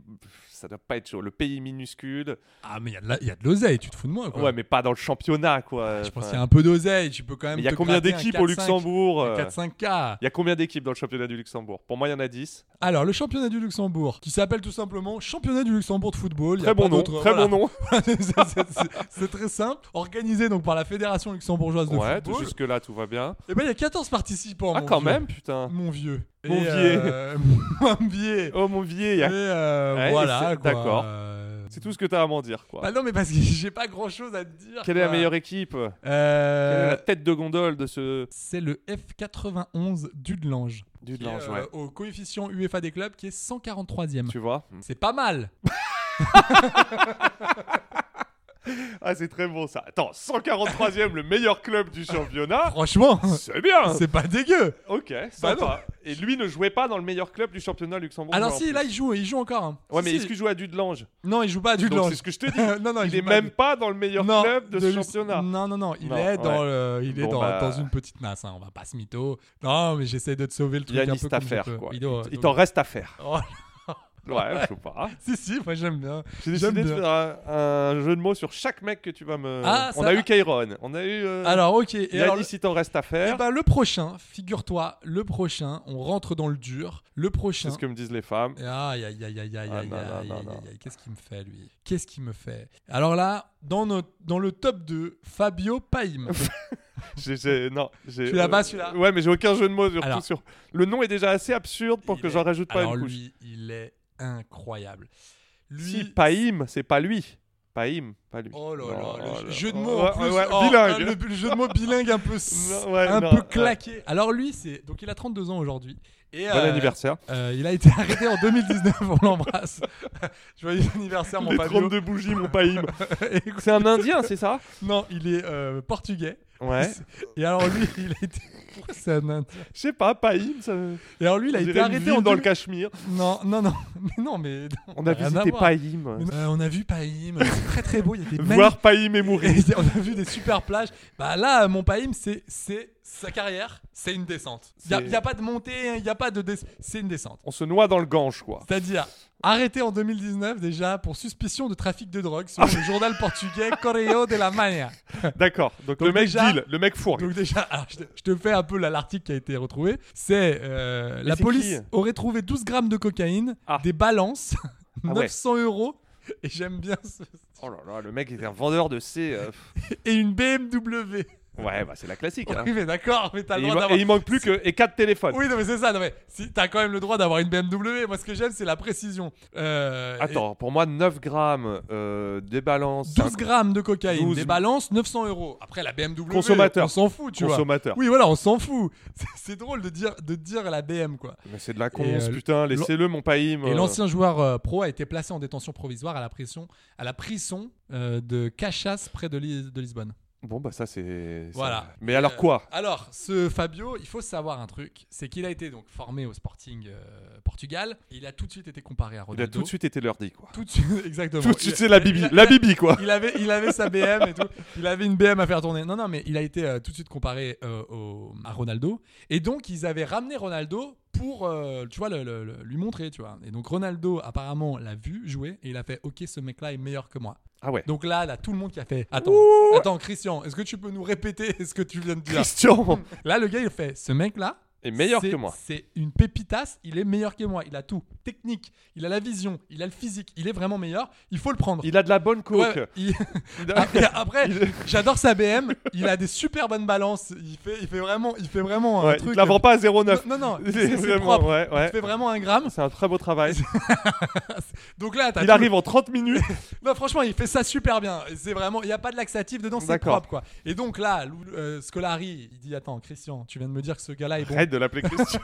ça doit pas être chaud. Le pays minuscule, Ah, mais il y a de la- il y a de l'oseille, tu te fous de moi, ouais, quoi. mais pas dans le championnat, quoi. Ah, Je pense Enfin, qu'il y a un peu d'oseille. Tu peux quand même. mais il y a te combien gratter un d'équipes au 4-5, Luxembourg un euh, 4-5K. Il y a combien d'équipes dans le championnat du Luxembourg Pour moi, il y en a 10. Alors, le championnat du Luxembourg, qui s'appelle tout simplement Championnat du Luxembourg de football. il y a Très bon pas nom, d'autre- très voilà. bon nom. C'est- c'est- c'est- C'est très simple. Organisé donc par la Fédération luxembourgeoise de Ouais, football. jusque là, tout va bien. Et ben, il y a 14 participants. Ah, mon quand vieux. même, putain. Mon vieux. Mon Et, vieux. euh, mon vieux. Oh mon vieil, il y Et a- euh, Ouais, voilà, c'est- quoi. d'accord. Euh, c'est tout ce que t'as à m'en dire, quoi. Bah non, mais parce que j'ai pas grand chose à te dire. Quelle est la quoi. meilleure équipe Quelle est Euh, la tête de gondole de ce C'est le F91 d'Udelange. du qui est, linge, euh, ouais. Au coefficient UEFA des clubs qui est 143ème. Tu vois C'est pas mal. Ah, c'est très bon ça. Attends, 143ème, le meilleur club du championnat. Franchement, C'est bien. c'est pas dégueu. Ok, sympa. non. et lui ne jouait pas dans le meilleur club du championnat luxembourgeois. Alors en si, plus. là il joue, il joue encore. hein. Ouais, Si, mais si. est-ce qu'il joue à Dudelange Non, il joue pas à Donc Dudelange. c'est ce que je te dis. non, non, il joue est pas à même pas dans le meilleur Non, club de, ce Lux- championnat. Non, non, non, il Non, est, dans, ouais. le, il est Bon, dans, bah. dans une petite masse, hein, on va pas se mytho. Non, mais j'essaie de te sauver le Il truc y a un une peu liste comme à je faire, peux. quoi. Il Il, doit- il t'en reste à faire. Oh, Ouais, je sais pas. si, si, moi j'aime bien. J'ai J'aime décidé de bien. faire un, un jeu de mots sur chaque mec que tu vas me. Ah, on ça- a eu Kairon, on a eu. euh, Alors, ok. Et Yanis, alors, le- il t'en reste à eh faire. ben, le prochain, figure-toi, le prochain, on rentre dans le dur. Le prochain. C'est ce que me disent les femmes. Et Aïe, aïe, aïe, aïe, aïe, Ah, aïe, non, non, aïe, non, aïe, non. aïe, aïe, qu'est-ce qu'il me fait, lui Qu'est-ce qu'il me fait Alors là, dans, notre, dans le top 2, Fabio Paim. J'ai- j'ai- non, j'ai- euh, Tu l'as pas, celui-là Ouais, mais j'ai aucun jeu de mots surtout Alors. sur. Le nom est déjà assez absurde pour Il que est- j'en rajoute pas Alors une couche. lui, il est incroyable. Lui, Si, Païm, c'est pas lui. Païm, pas lui. Oh là Non, là, oh le là. jeu de mots en Ouais, plus, ouais, oh, bilingue. le, le jeu de mots bilingue un peu, s- Non, ouais, un non, peu ouais. claqué. Alors lui, c'est donc il a 32 ans aujourd'hui. Et Bon euh, anniversaire. euh, il a été arrêté en 2019, on l'embrasse. Joyeux anniversaire mon Les Fabio. 32 bougies, mon Païm. Écoute, C'est un Indien, c'est ça non, il est euh, portugais. Ouais. Et alors lui, il a été Pourquoi c'est un Indien Je sais pas, Païm, ça. Et alors lui, il on a été dirait une arrêté ville en Ah, bah, dans le 2000 Cachemire. Non, non, non, mais non, mais non, On a rien à visité voir. Païm. Euh, on a vu Païm, c'est très très beau, il y a des magnifiques- Voir Païm et mourir. Et on a vu des super plages. Bah là, mon Païm, c'est c'est sa carrière, c'est une descente. Il C'est- n'y a, pas de montée, hein, il n'y a pas de descente. C'est une descente. On se noie dans le Gange, quoi. C'est-à-dire, arrêté en 2019 déjà pour suspicion de trafic de drogue selon le journal portugais Correio de la Manha. D'accord. Donc, Donc le mec déjà- deal, le mec fourgue. Donc déjà, alors, je, te, je te fais un peu la- l'article qui a été retrouvé. C'est euh, la c'est police qui aurait trouvé 12 grammes de cocaïne, Ah. des balances, ouais. 900 euros. Et j'aime bien ce... Oh là là, le mec est un vendeur de C. euh, pff. Et une BMW. Ouais, bah c'est la classique. hein. Oui, mais d'accord, mais t'as Et le il, droit ma- d'avoir... et il manque plus que. Et 4 téléphones. Oui, non, mais c'est ça. Non, mais si t'as quand même le droit d'avoir une BMW. Moi, ce que j'aime, c'est la précision. Euh, Attends, pour moi, 9 grammes euh, des et balances. 12 grammes de cocaïne, 12. des balances, 900 euros. Après, la BMW, Consommateur. on s'en fout, tu Consommateur. vois. Oui, voilà, on s'en fout. C'est- C'est drôle de dire, de dire la BM, quoi. Mais c'est de la Et, conce, euh, putain, laissez-le, mon Païm. Et euh. l'ancien joueur euh, pro a été placé en détention provisoire à la prison, à la prison euh, de Cachas, près de, Lis- de Lisbonne. Bon, bah ça, c'est. ça- Voilà. Euh, Mais alors quoi Alors, ce Fabio, il faut savoir un truc, c'est qu'il a été donc formé au Sporting euh, Portugal. Il a tout de suite été comparé à Il Ronaldo. a tout de suite été leur dit, quoi. Tout de suite, exactement. Tout de suite, Il- c'est la il- Bibi. il a- La Bibi, quoi. il avait, il avait sa BM et tout. Il avait une BM à faire tourner. Non, non, mais il a été euh, tout de suite comparé euh, au- à Ronaldo. Et donc, ils avaient ramené Ronaldo pour, euh, tu vois, le- le- le- lui montrer, tu vois. Et donc, Ronaldo, apparemment, l'a vu jouer et il a fait, OK, ce mec-là est meilleur que moi. Ah ouais. Donc là, là, tout le monde qui a fait, attends, attends, Christian, est-ce que tu peux nous répéter ce que tu viens de dire Christian Là, le gars, il fait, ce mec-là, est meilleur c'est- que moi. C'est une pépitasse, il est meilleur que moi. Il a tout. Technique, il a la vision, il a le physique, il est vraiment meilleur. Il faut le prendre. Il a de la bonne coke. Ouais, il- Il a- Après, après, Il- j'adore sa BM. Il a des super bonnes balances. Il fait, il fait vraiment, il fait vraiment un Ouais, il truc. te la vend pas à 0,9. Non, non, non, C'est c'est- c'est vraiment- propre. ouais, ouais. Il fait vraiment un gramme. C'est un très beau travail. Donc là, t'as Il tout- arrive en 30 minutes. Non, franchement, il fait ça super bien. C'est vraiment, il y a pas de laxatif dedans, c'est D'accord. propre quoi. Et donc là, Lou- euh, Scolari, il dit attends, Christian, tu viens de me dire que ce gars-là est bon. Arrête de l'appeler Christian.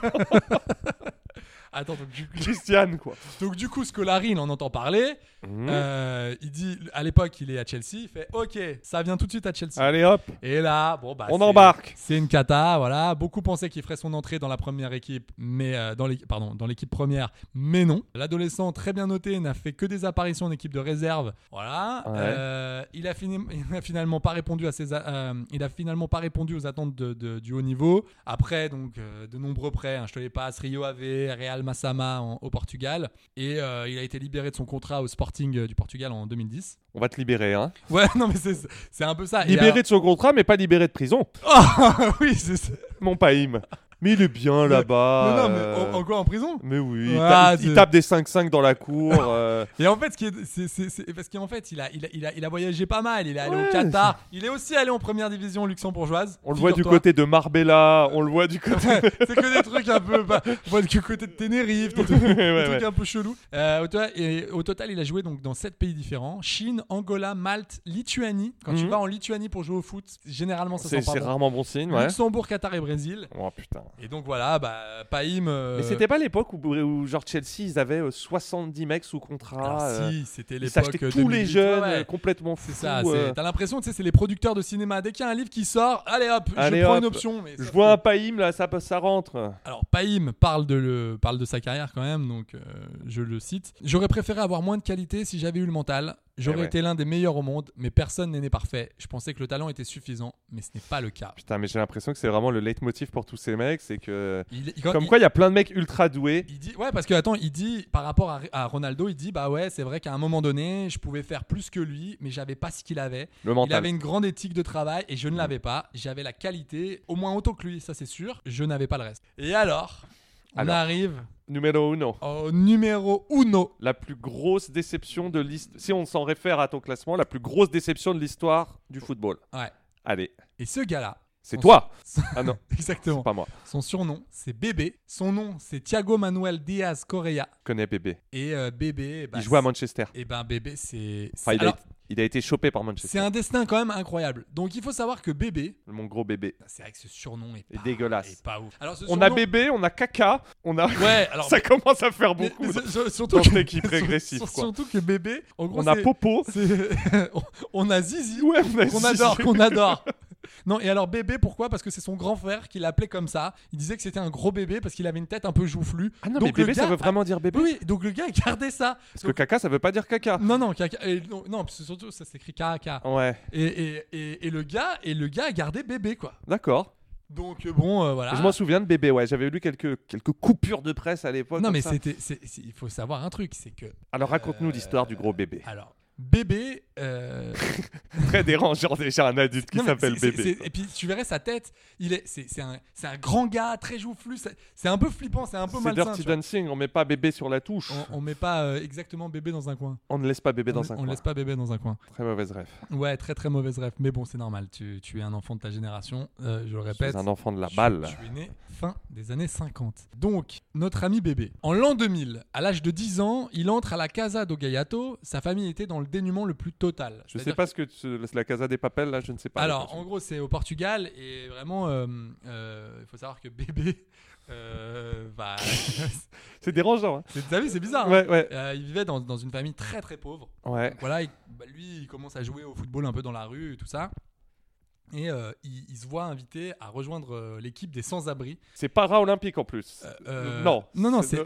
Attends, donc du, coup, Christiane, quoi. donc du coup, Scolari, il en entend parler. Mhm. Euh, il dit, à l'époque, il est à Chelsea. Il fait OK, ça vient tout de suite à Chelsea. Allez hop, Et là, bon, bah, on c'est- embarque. C'est une cata, voilà. Beaucoup pensaient qu'il ferait son entrée dans la première équipe, mais euh, dans l'équipe, pardon, dans l'équipe première, mais non. L'adolescent très bien noté n'a fait que des apparitions en équipe de réserve, voilà. Ouais. Euh, il a fini, il n'a finalement pas répondu à ses, a- euh, il a finalement pas répondu aux attentes de- de- du haut niveau. Après, donc, euh, de nombreux prêts, hein, je te les passe, Rio Ave, Real Massama en- au Portugal, et euh, il a été libéré de son contrat au Sporting euh, du Portugal en 2010. On va te libérer, hein. Ouais, non mais c'est c'est un peu ça. Et Libéré alors- de son contrat, mais pas libéré de prison. Ah, oui, c'est ça. Mon païm. Mais il est bien là-bas. Non, non, mais euh, en, en quoi en prison mais oui, Ouais, il ta- il, il Ah, c'est- tape des 5-5 dans la cour. euh, Et en fait, ce qui est, c'est, c'est- c'est- parce qu'en fait, il a, il, a, il, a, il a voyagé pas mal. Il est allé Ouais, au Qatar. Il est aussi allé en première division luxembourgeoise. on le voit du Figure-toi. côté de Marbella, on le voit du côté. c'est que des trucs un peu. bah, on voit du côté de Tenerife, des trucs, des ouais, trucs ouais. un peu chelous. Euh, au, total, et au total, il a joué donc dans 7 pays différents Chine, Angola, Malte, Lituanie. Quand tu Mhm. vas en Lituanie pour jouer au foot, généralement, ça C'est sent pas c'est bon. rarement bon signe, ouais. Luxembourg, Qatar et Brésil. Oh putain. Et donc voilà, bah, Païm. euh, Mais c'était pas l'époque où, où, genre Chelsea, ils avaient euh, 70 mecs sous alors contrat. euh, si, c'était ils l'époque. s'achetaient tous 2008, les jeunes ouais, ouais. euh, complètement fous. C'est ça, euh, c'est- t'as l'impression, tu sais, c'est les producteurs de cinéma. Dès qu'il y a un livre qui sort, allez hop, Allez je prends hop, une option. Mais Je ça- vois un païm là, ça, ça rentre. Alors, Païm parle de, le, parle de sa carrière quand même, donc euh, je le cite. J'aurais préféré avoir moins de qualité si j'avais eu le mental. J'aurais Eh ouais. été l'un des meilleurs au monde, mais personne n'est né parfait. Je pensais que le talent était suffisant, mais ce n'est pas le cas. Putain, mais j'ai l'impression que c'est vraiment le leitmotiv pour tous ces mecs, c'est que. Il- il- quand- Comme il- quoi, il y a plein de mecs ultra doués. Il dit, ouais, parce que attends, il dit par rapport à, à Ronaldo, il dit bah ouais, c'est vrai qu'à un moment donné, je pouvais faire plus que lui, mais j'avais pas ce qu'il avait. Le Il mental. Mm. avait une grande éthique de travail et je ne l'avais pas. J'avais la qualité, au moins autant que lui, ça c'est sûr. Je n'avais pas le reste. Et alors, on Alors. arrive Numéro uno. au numéro uno. La plus grosse déception de l'histoire. Si on s'en réfère à ton classement, la plus grosse déception de l'histoire du football. Ouais. Allez, Et ce gars-là, c'est On toi s- Ah non, exactement. c'est pas moi. Son surnom, c'est Bébé. Son nom, c'est Thiago Manuel Diaz Correa. Je connais bébé. Et euh, Bébé, bah, il joue à Manchester. Et ben Bébé, c'est. Enfin, il, alors, a, il a été chopé par Manchester. c'est un destin quand même incroyable. Donc il faut savoir que Bébé, bah, Mon gros bébé. c'est vrai que ce surnom est, Et pas, dégueulasse. est pas ouf. Alors, ce On a surnom- bébé, on a caca, on a. Ouais, alors Ça commence à faire Mais- beaucoup. mais sur- surtout dans que- cette équipe régressive, sur- quoi. Surtout que bébé, en gros, on a c'est- Popo. c'est- on- on a Zizi, Ouais, on a qu'on Zizi. adore, qu'on adore. Non, et alors bébé, pourquoi Parce que c'est son grand frère qui l'appelait comme ça. Il disait que c'était un gros bébé parce qu'il avait une tête un peu joufflue. Ah non, donc mais bébé, le gars ça veut vraiment dire bébé. Oui, donc le gars il gardait ça. Parce que caca, ça veut pas dire caca. Non, non, caca- et non, non, parce que surtout ça s'écrit caca. Ouais, Et, et, et, et le gars, et le gars a gardé bébé quoi. d'accord. Donc euh, bon, euh, voilà. Je m'en souviens de bébé, ouais. J'avais lu quelques, quelques coupures de presse à l'époque. non comme mais ça. c'était, c'est- c'est- il faut savoir un truc, c'est que Alors raconte-nous euh, l'histoire du gros bébé. Alors bébé. euh, Très dérangeant déjà un adulte qui Non, mais s'appelle c'est- bébé. c'est- c'est- Et puis tu verrais sa tête, il est, c'est c'est un, c'est un grand gars très joufflu. c'est- C'est un peu flippant, c'est un peu C'est malsain. Dirty tu vois. Dancing, on met pas bébé sur la touche. On, on met pas euh, exactement bébé dans un coin. On ne laisse pas bébé on, dans un on coin. laisse pas bébé dans un coin. Très mauvaise rêve. Ouais, très très mauvaise rêve. Mais bon, c'est normal. Tu, tu es un enfant de ta génération. euh, je le répète. C'est un enfant de la tu- balle. Tu, es né fin des années 50. Donc, notre ami bébé. En l'an 2000, à l'âge de 10 ans, il entre à la Casa do Gaiato. Sa famille était dans le dénuement le plus total. Je sais C'est-à-dire pas ce que tu- la Casa des Papels là, je ne sais pas. Alors, en Attention. gros, c'est au Portugal et vraiment, euh, euh, il faut savoir que bébé, euh, bah, c'est dérangeant. hein. c'est- t'as vu, c'est bizarre. hein. Ouais, ouais, Euh, il vivait dans, dans une famille très très pauvre. ouais. Donc Voilà, il- bah, lui, il commence à jouer au football un peu dans la rue et tout ça. Et euh, il, il se voit invité à rejoindre euh, l'équipe des sans-abri. C'est para-olympique en plus. Euh, non. Non, non, c'est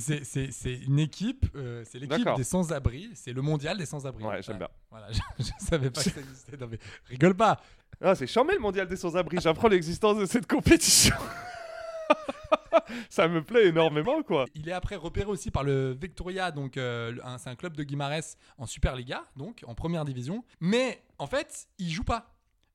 c'est- c'est- c'est- c'est une équipe, euh, c'est l'équipe D'accord. des sans-abri, c'est le mondial des sans-abri. Ouais, j'aime bien. Voilà, je, je savais pas que ça existait. Non, mais rigole pas. Ah, c'est charmé le mondial des sans-abri. J'apprends l'existence de cette compétition. Ça me plaît énormément, quoi. Il est après repéré aussi par le Victoria, donc euh, le- un- c'est un club de Guimarães en Superliga, donc en première division. Mais en fait, il joue pas.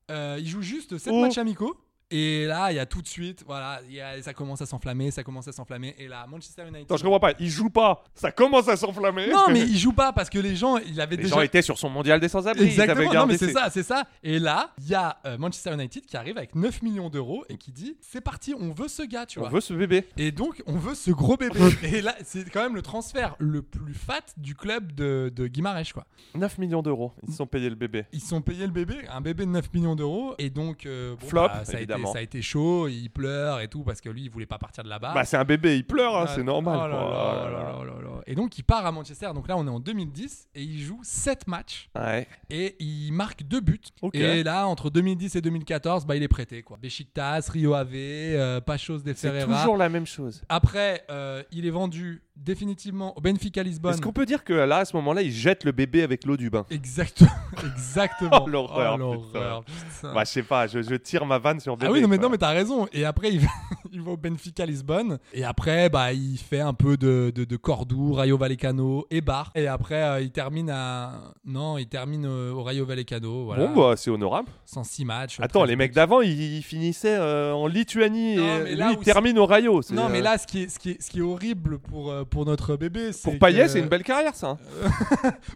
Euh, il joue juste 7 Oh. matchs amicaux. Et là, il y a tout de suite, voilà, il y a- ça commence à s'enflammer, ça commence à s'enflammer. Et là, Manchester United. Attends, je comprends pas. Il joue pas. Ça commence à s'enflammer. non, mais il joue pas parce que les gens, il avait Les déjà. gens étaient sur son mondial des sans-abri. ils avaient Exactement, non gardé mais c'est ses- ça, c'est ça. Et là, il y a euh, Manchester United qui arrive avec 9 millions d'euros et qui dit c'est parti, on veut ce gars, tu On vois. veut ce bébé. Et donc, on veut ce gros bébé. et là, c'est quand même le transfert le plus fat du club de, de Guimarães, quoi. 9 millions d'euros. Ils se sont payés le bébé. Ils se sont payés le bébé, un bébé de 9 millions d'euros. Et donc, euh, bon, Flop, bah, ça a été évidemment. ça a été chaud, il pleure et tout parce que lui il voulait pas partir de là-bas. Bah, c'est un bébé, il pleure, hein, Ah, c'est normal. oh là quoi. là, Oh là là là là là. Et donc il part à Manchester. Donc là on est en 2010 et il joue 7 matchs là. Ah, Ouais. et il marque 2 buts. Ok. Et là entre 2010 et 2014, bah il est prêté quoi. Besiktas, Rio Ave, euh, Pachos de C'est Ferreira. toujours la même chose. Après euh, il est vendu définitivement au Benfica Lisbonne. Est-ce qu'on peut dire que là, à ce moment-là, il jette le bébé avec l'eau du bain Exactement. Exactement. Oh, l'horreur, l'horreur, putain. Bah, je sais pas, je, je tire ma vanne sur bébé. Ah oui, non mais, quoi. non, mais t'as raison. Et après, il va, il va au Benfica Lisbonne. Et après, bah, il fait un peu de, de, de Cordoue, Rayo Vallecano et Bar. Et après, euh, il termine à. Non, il termine euh, au Rayo Vallecano. Voilà. Bon, bah, c'est honorable. 106 matchs. Attends, 13 les buts. mecs d'avant, ils, ils finissaient euh, en Lituanie Non, et mais lui, là il où termine au Rayo. c'est, Non, mais euh, là, ce qui est, ce qui est, ce qui est horrible pour, euh, pour notre bébé, c'est. Pour Payet, que- c'est une belle carrière, ça.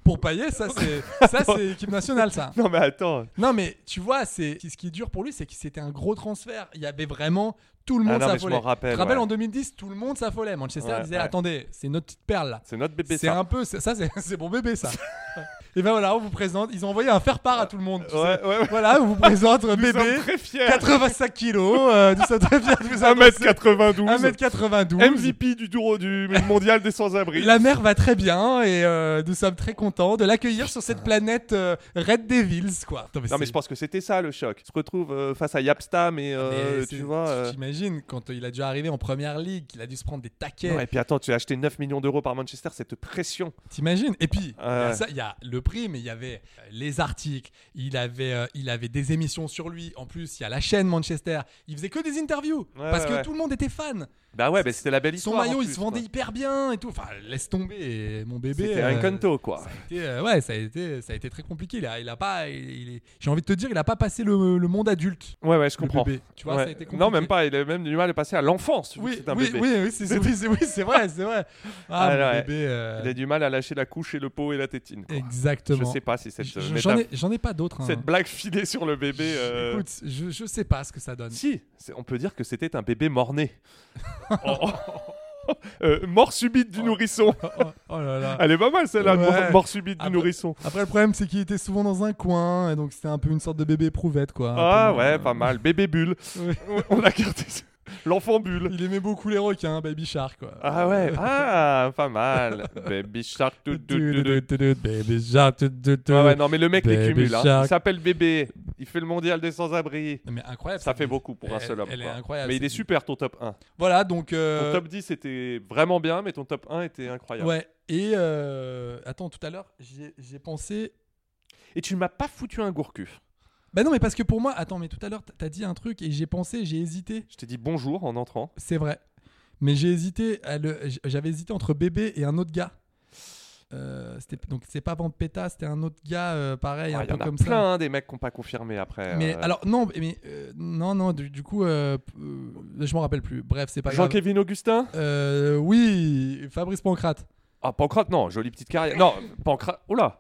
Pour Payet, ça, c'est ça, c'est équipe nationale, ça. Non, mais attends. Non, mais tu vois, c'est ce qui est dur pour lui, c'est que c'était un gros transfert. Il y avait vraiment tout le Ah monde non, mais je s'affolait. m'en rappelle, Tu te rappelles ouais. en 2010, tout le monde s'affolait. Manchester Ouais, disait ouais. attendez, c'est notre petite perle là. C'est notre bébé, C'est ça. un peu c'est- ça, c'est c'est mon bébé ça. Et ben voilà, on vous présente. Ils ont envoyé un faire part à tout le monde. tu Ouais, sais. ouais, ouais. Voilà, on vous présente Nous sommes bébé, très fiers. 85 kilos. euh, nous sommes très fiers de vous annoncer. 1m92. 1m92. MVP du tour du mondial des sans-abri. La mère va très bien et euh, nous sommes très contents de l'accueillir sur cette planète euh, Red Devils quoi. Putain, Non mais c'est- Ah, je pense que c'était ça le choc. Il se retrouve euh, face à Yapstam et euh, Mais c'est- tu vois. euh, J'imagine, quand il a dû arriver en première ligue, qu'il a dû se prendre des taquets. non, et puis attends, tu as acheté 9 millions d'euros par Manchester, cette pression. T'imagines Et puis, il y a Ouais. ça, il y a le prix, mais il y avait euh, les articles, il avait, euh, il avait des émissions sur lui. En plus, il y a la chaîne Manchester. Il faisait que des interviews Ouais, parce ouais, que ouais. tout le monde était fan. Bah ouais, bah, c'était la belle Son histoire. maillot, en il plus, se vendait quoi. hyper bien et tout. Enfin, laisse tomber, et mon bébé. C'était un euh, canto quoi. ça a été, euh, ouais, ça a été, ça a été très compliqué. Il a, il a pas, il- il est- j'ai envie de te dire, il a pas passé le, le monde adulte. Ouais ouais, je le comprends. bébé. Tu vois, Ouais. ça a été compliqué. non même pas, il avait même du mal à passer à l'enfance. vu que Oui, c'est un oui, bébé. oui, oui, c'est oui, c'est- oui, c'est vrai, c'est vrai. Ah, Ah, mon ouais. bébé. euh, Il a du mal à lâcher la couche et le pot et la tétine. quoi. Je Exactement. sais pas si cette, J- euh, j- J'en ai, métaph- j'en ai pas d'autres. hein. cette blague filée sur le bébé. euh, Écoute, je, je sais pas ce que ça donne. Si, c'est- on peut dire que c'était un bébé mort-né. Oh, oh, oh. Euh, mort subite du nourrisson. Oh, oh, oh là là. Elle est pas mal celle-là, Ouais. Ah, mort- mort subite du Après- nourrisson. Après, le problème, c'est qu'il était souvent dans un coin, et donc c'était un peu une sorte de bébé prouvette, quoi. Un Ah peu, ouais, euh, pas mal. Bébé bulle. Oui. On a gardé ça. l'enfant bulle. Il aimait beaucoup les requins, Baby Shark, quoi. Ah ouais, ah, pas mal. Baby shark. tout, tout, tout, tout. Baby Shark. tout, tout, tout. Ah ouais, non, mais le mec les Baby cumule. hein. shark. Il s'appelle bébé. Il fait le mondial des sans-abri. Mais incroyable. Ça cette fait liste. beaucoup pour un Elle- seul homme. Elle est quoi. incroyable. Mais il est cette liste. super ton top 1. Voilà, donc. Ton euh, top 10 était vraiment bien, mais ton top 1 était incroyable. Ouais. Et euh, attends, tout à l'heure, j'ai j'ai pensé Et tu m'as pas foutu un gourcuf. Bah non, mais parce que pour moi, attends, mais tout à l'heure, t- t'as dit un truc et j'ai pensé, j'ai hésité. Je t'ai dit bonjour en entrant. C'est vrai. Mais j'ai hésité, à le... j- j'avais hésité entre bébé et un autre gars. Euh, c'était- donc c'est pas Vampeta, c'était un autre gars euh, pareil, Ah, un Il y peu en a comme plein ça. hein, des mecs qui n'ont pas confirmé après. Mais euh. alors non, mais euh, non non, du, du coup, euh, p- euh, je m'en rappelle plus. Bref, c'est pas grave. Jean-Kévin Augustin Euh, oui, Fabrice Pancrate. Ah, Pancrate, non, jolie petite carrière. Non, Pancrate, oula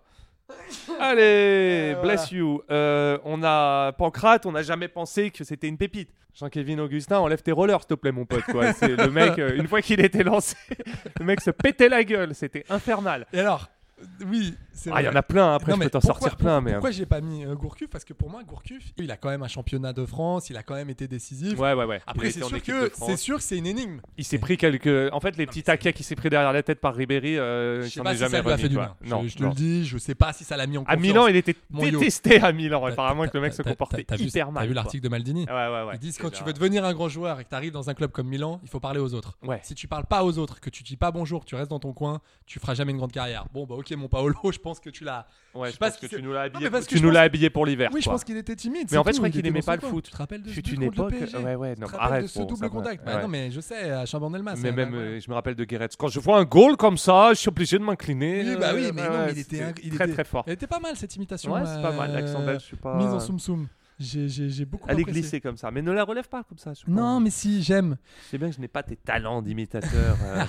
Allez, bless you. Euh, on a Pancrate, on n'a jamais pensé que c'était une pépite. Jean-Kévin Augustin, enlève tes rollers, s'il te plaît, mon pote. quoi. C'est le mec, euh, une fois qu'il était lancé, le mec se pétait la gueule. C'était infernal. Et alors, euh, oui, c'est Ah, il y vrai. en a plein, hein, après, Non, je mais peux t'en pourquoi- sortir plein, mais. Pourquoi j'ai pas mis euh, Gourcuff Parce que pour moi, Gourcuff, il a quand même un championnat de France, il a quand même été décisif. Ouais, ouais, ouais. Il Après, a c'est été en sûr, équipe que, de France. c'est sûr que c'est une énigme. Il s'est pris quelques. En fait, les petits taquets qu'il s'est pris derrière la tête par Ribéry, euh, Je il sais s'en pas est si jamais ça lui a remis. fait du quoi. bien. Non, je je te non. le dis, je sais pas si ça l'a mis en À confiance. Milan, il était Mon yo. détesté à Milan. T'as- Apparemment que le mec t'as- se t'as- comportait t'as vu- hyper mal. T'as vu quoi. l'article de Maldini Ouais, ouais, ouais. Ils disent C'est quand tu bien. veux devenir un grand joueur et que t'arrives dans un club comme Milan, il faut parler aux autres. Ouais. Si tu parles pas aux autres, que tu dis pas bonjour, que tu restes dans ton coin, tu feras jamais une grande carrière. Bon bah ok mon Paolo, je pense que tu l'as. je Ouais, je sais pas pense ce que qui se- tu nous l'as habillé. mais parce que tu je nous pense- l'as habillé pour l'hiver. Oui, je quoi. pense qu'il était timide. Mais en c'est fait, tout, je crois il qu'il était aimait dans pas son le coin. foot. Tu te rappelles de ce Tu- tu but n'es contre le pas que- PSG ouais, ouais, non, Tu te rappelles arrête, de ce bon, ça double va, contact. Bah ouais. non mais je sais à Chabandelmas. Mais ça, même, bah, ouais. euh, je me rappelle de Guéretz. Quand je vois un goal comme ça, je suis obligé de m'incliner. Oui, euh, bah oui, ouais, mais non, ouais, mais il était, c'était il très était- très fort. Elle était pas mal cette imitation. Ouais, c'est pas mal. euh, L'accent belge, je suis pas. Mise en soum soum. J'ai j'ai- j'ai beaucoup Elle est apprécié. glissée comme ça, mais ne la relève pas comme ça. je sais pas. Non, mais si, j'aime. Je sais bien que je n'ai pas tes talents d'imitateur. euh.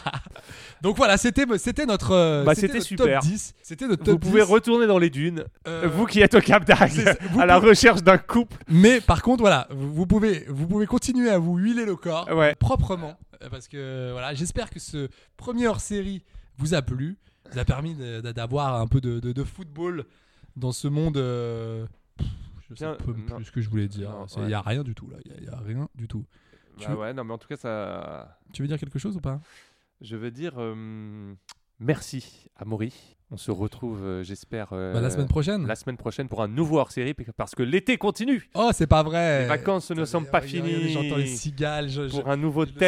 Donc voilà, c'était c'était notre euh, Bah, c'était notre super. top 10. C'était notre Vous top pouvez 10. retourner dans les dunes, Euh, vous qui êtes au Cap c'est ça, d'Arc, vous à la recherche d'un couple. Mais par contre, voilà, vous vous pouvez vous pouvez continuer à vous huiler le corps Ouais. proprement euh, parce que voilà, j'espère que ce premier hors-série vous a plu, vous a permis de- de- d'avoir un peu de, de- de football dans ce monde euh, pff, je- Je sais Tiens, peu- non. plus ce que je voulais dire. Non, Il ouais. y a rien du tout là. Il y a- Il y, a rien du tout. Tu Bah veux- ouais, non, mais en tout cas, ça. Tu veux dire quelque chose ou pas Je veux dire euh, merci à Maury. On se retrouve, euh, j'espère, euh, Bah, La semaine prochaine. la semaine prochaine pour un nouveau hors-série p- parce que l'été continue. Oh, c'est pas vrai. Les vacances ne Putain, sont mais pas regardez, regardez, J'entends les finies. cigales. je- je- Pour un nouveau le soleil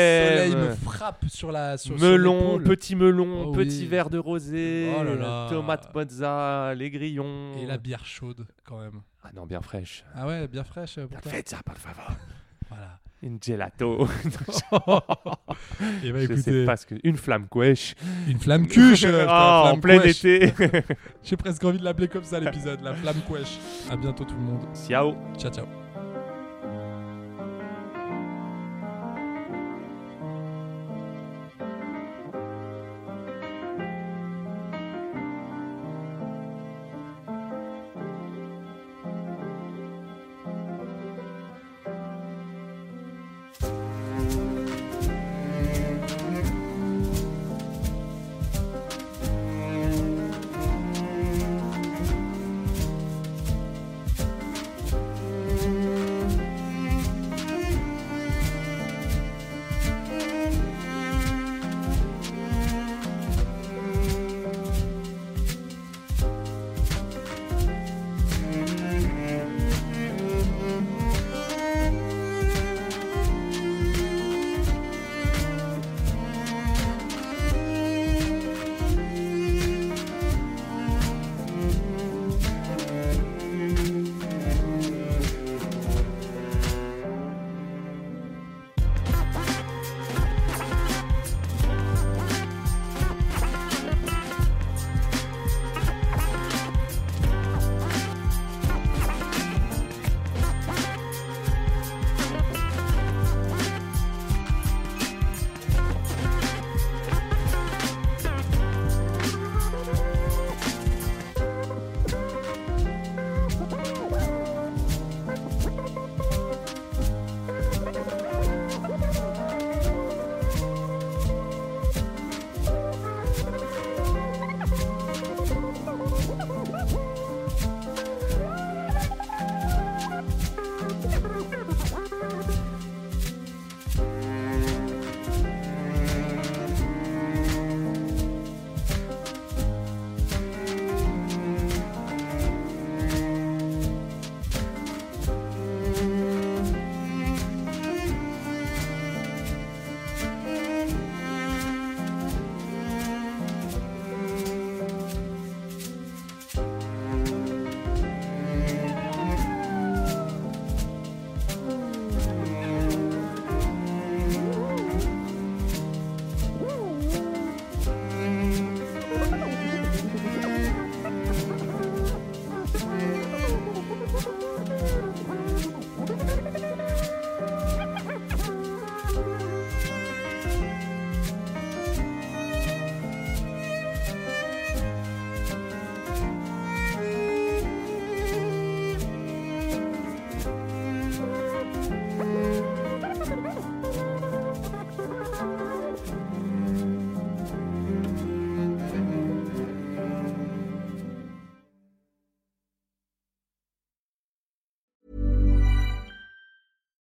thème. me frappe sur la sur, sur melon, l'épaule. petit melon, Oh petit oui. verre de rosé, Oh là là. tomate mozza, les grillons. Et la bière chaude quand même. Ah non, bien fraîche. Ah ouais, bien fraîche. euh, pour toi. Faites ça, par favor. Voilà. Une gelato. Et bah Je écoutez, sais pas ce que. Une flamme quèche. une flamme cuche. euh, putain, Ah, en flamme plein couèche. été. J'ai presque envie de l'appeler comme ça l'épisode, la flamme couèche. À bientôt tout le monde. Ciao. Ciao ciao.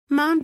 Mom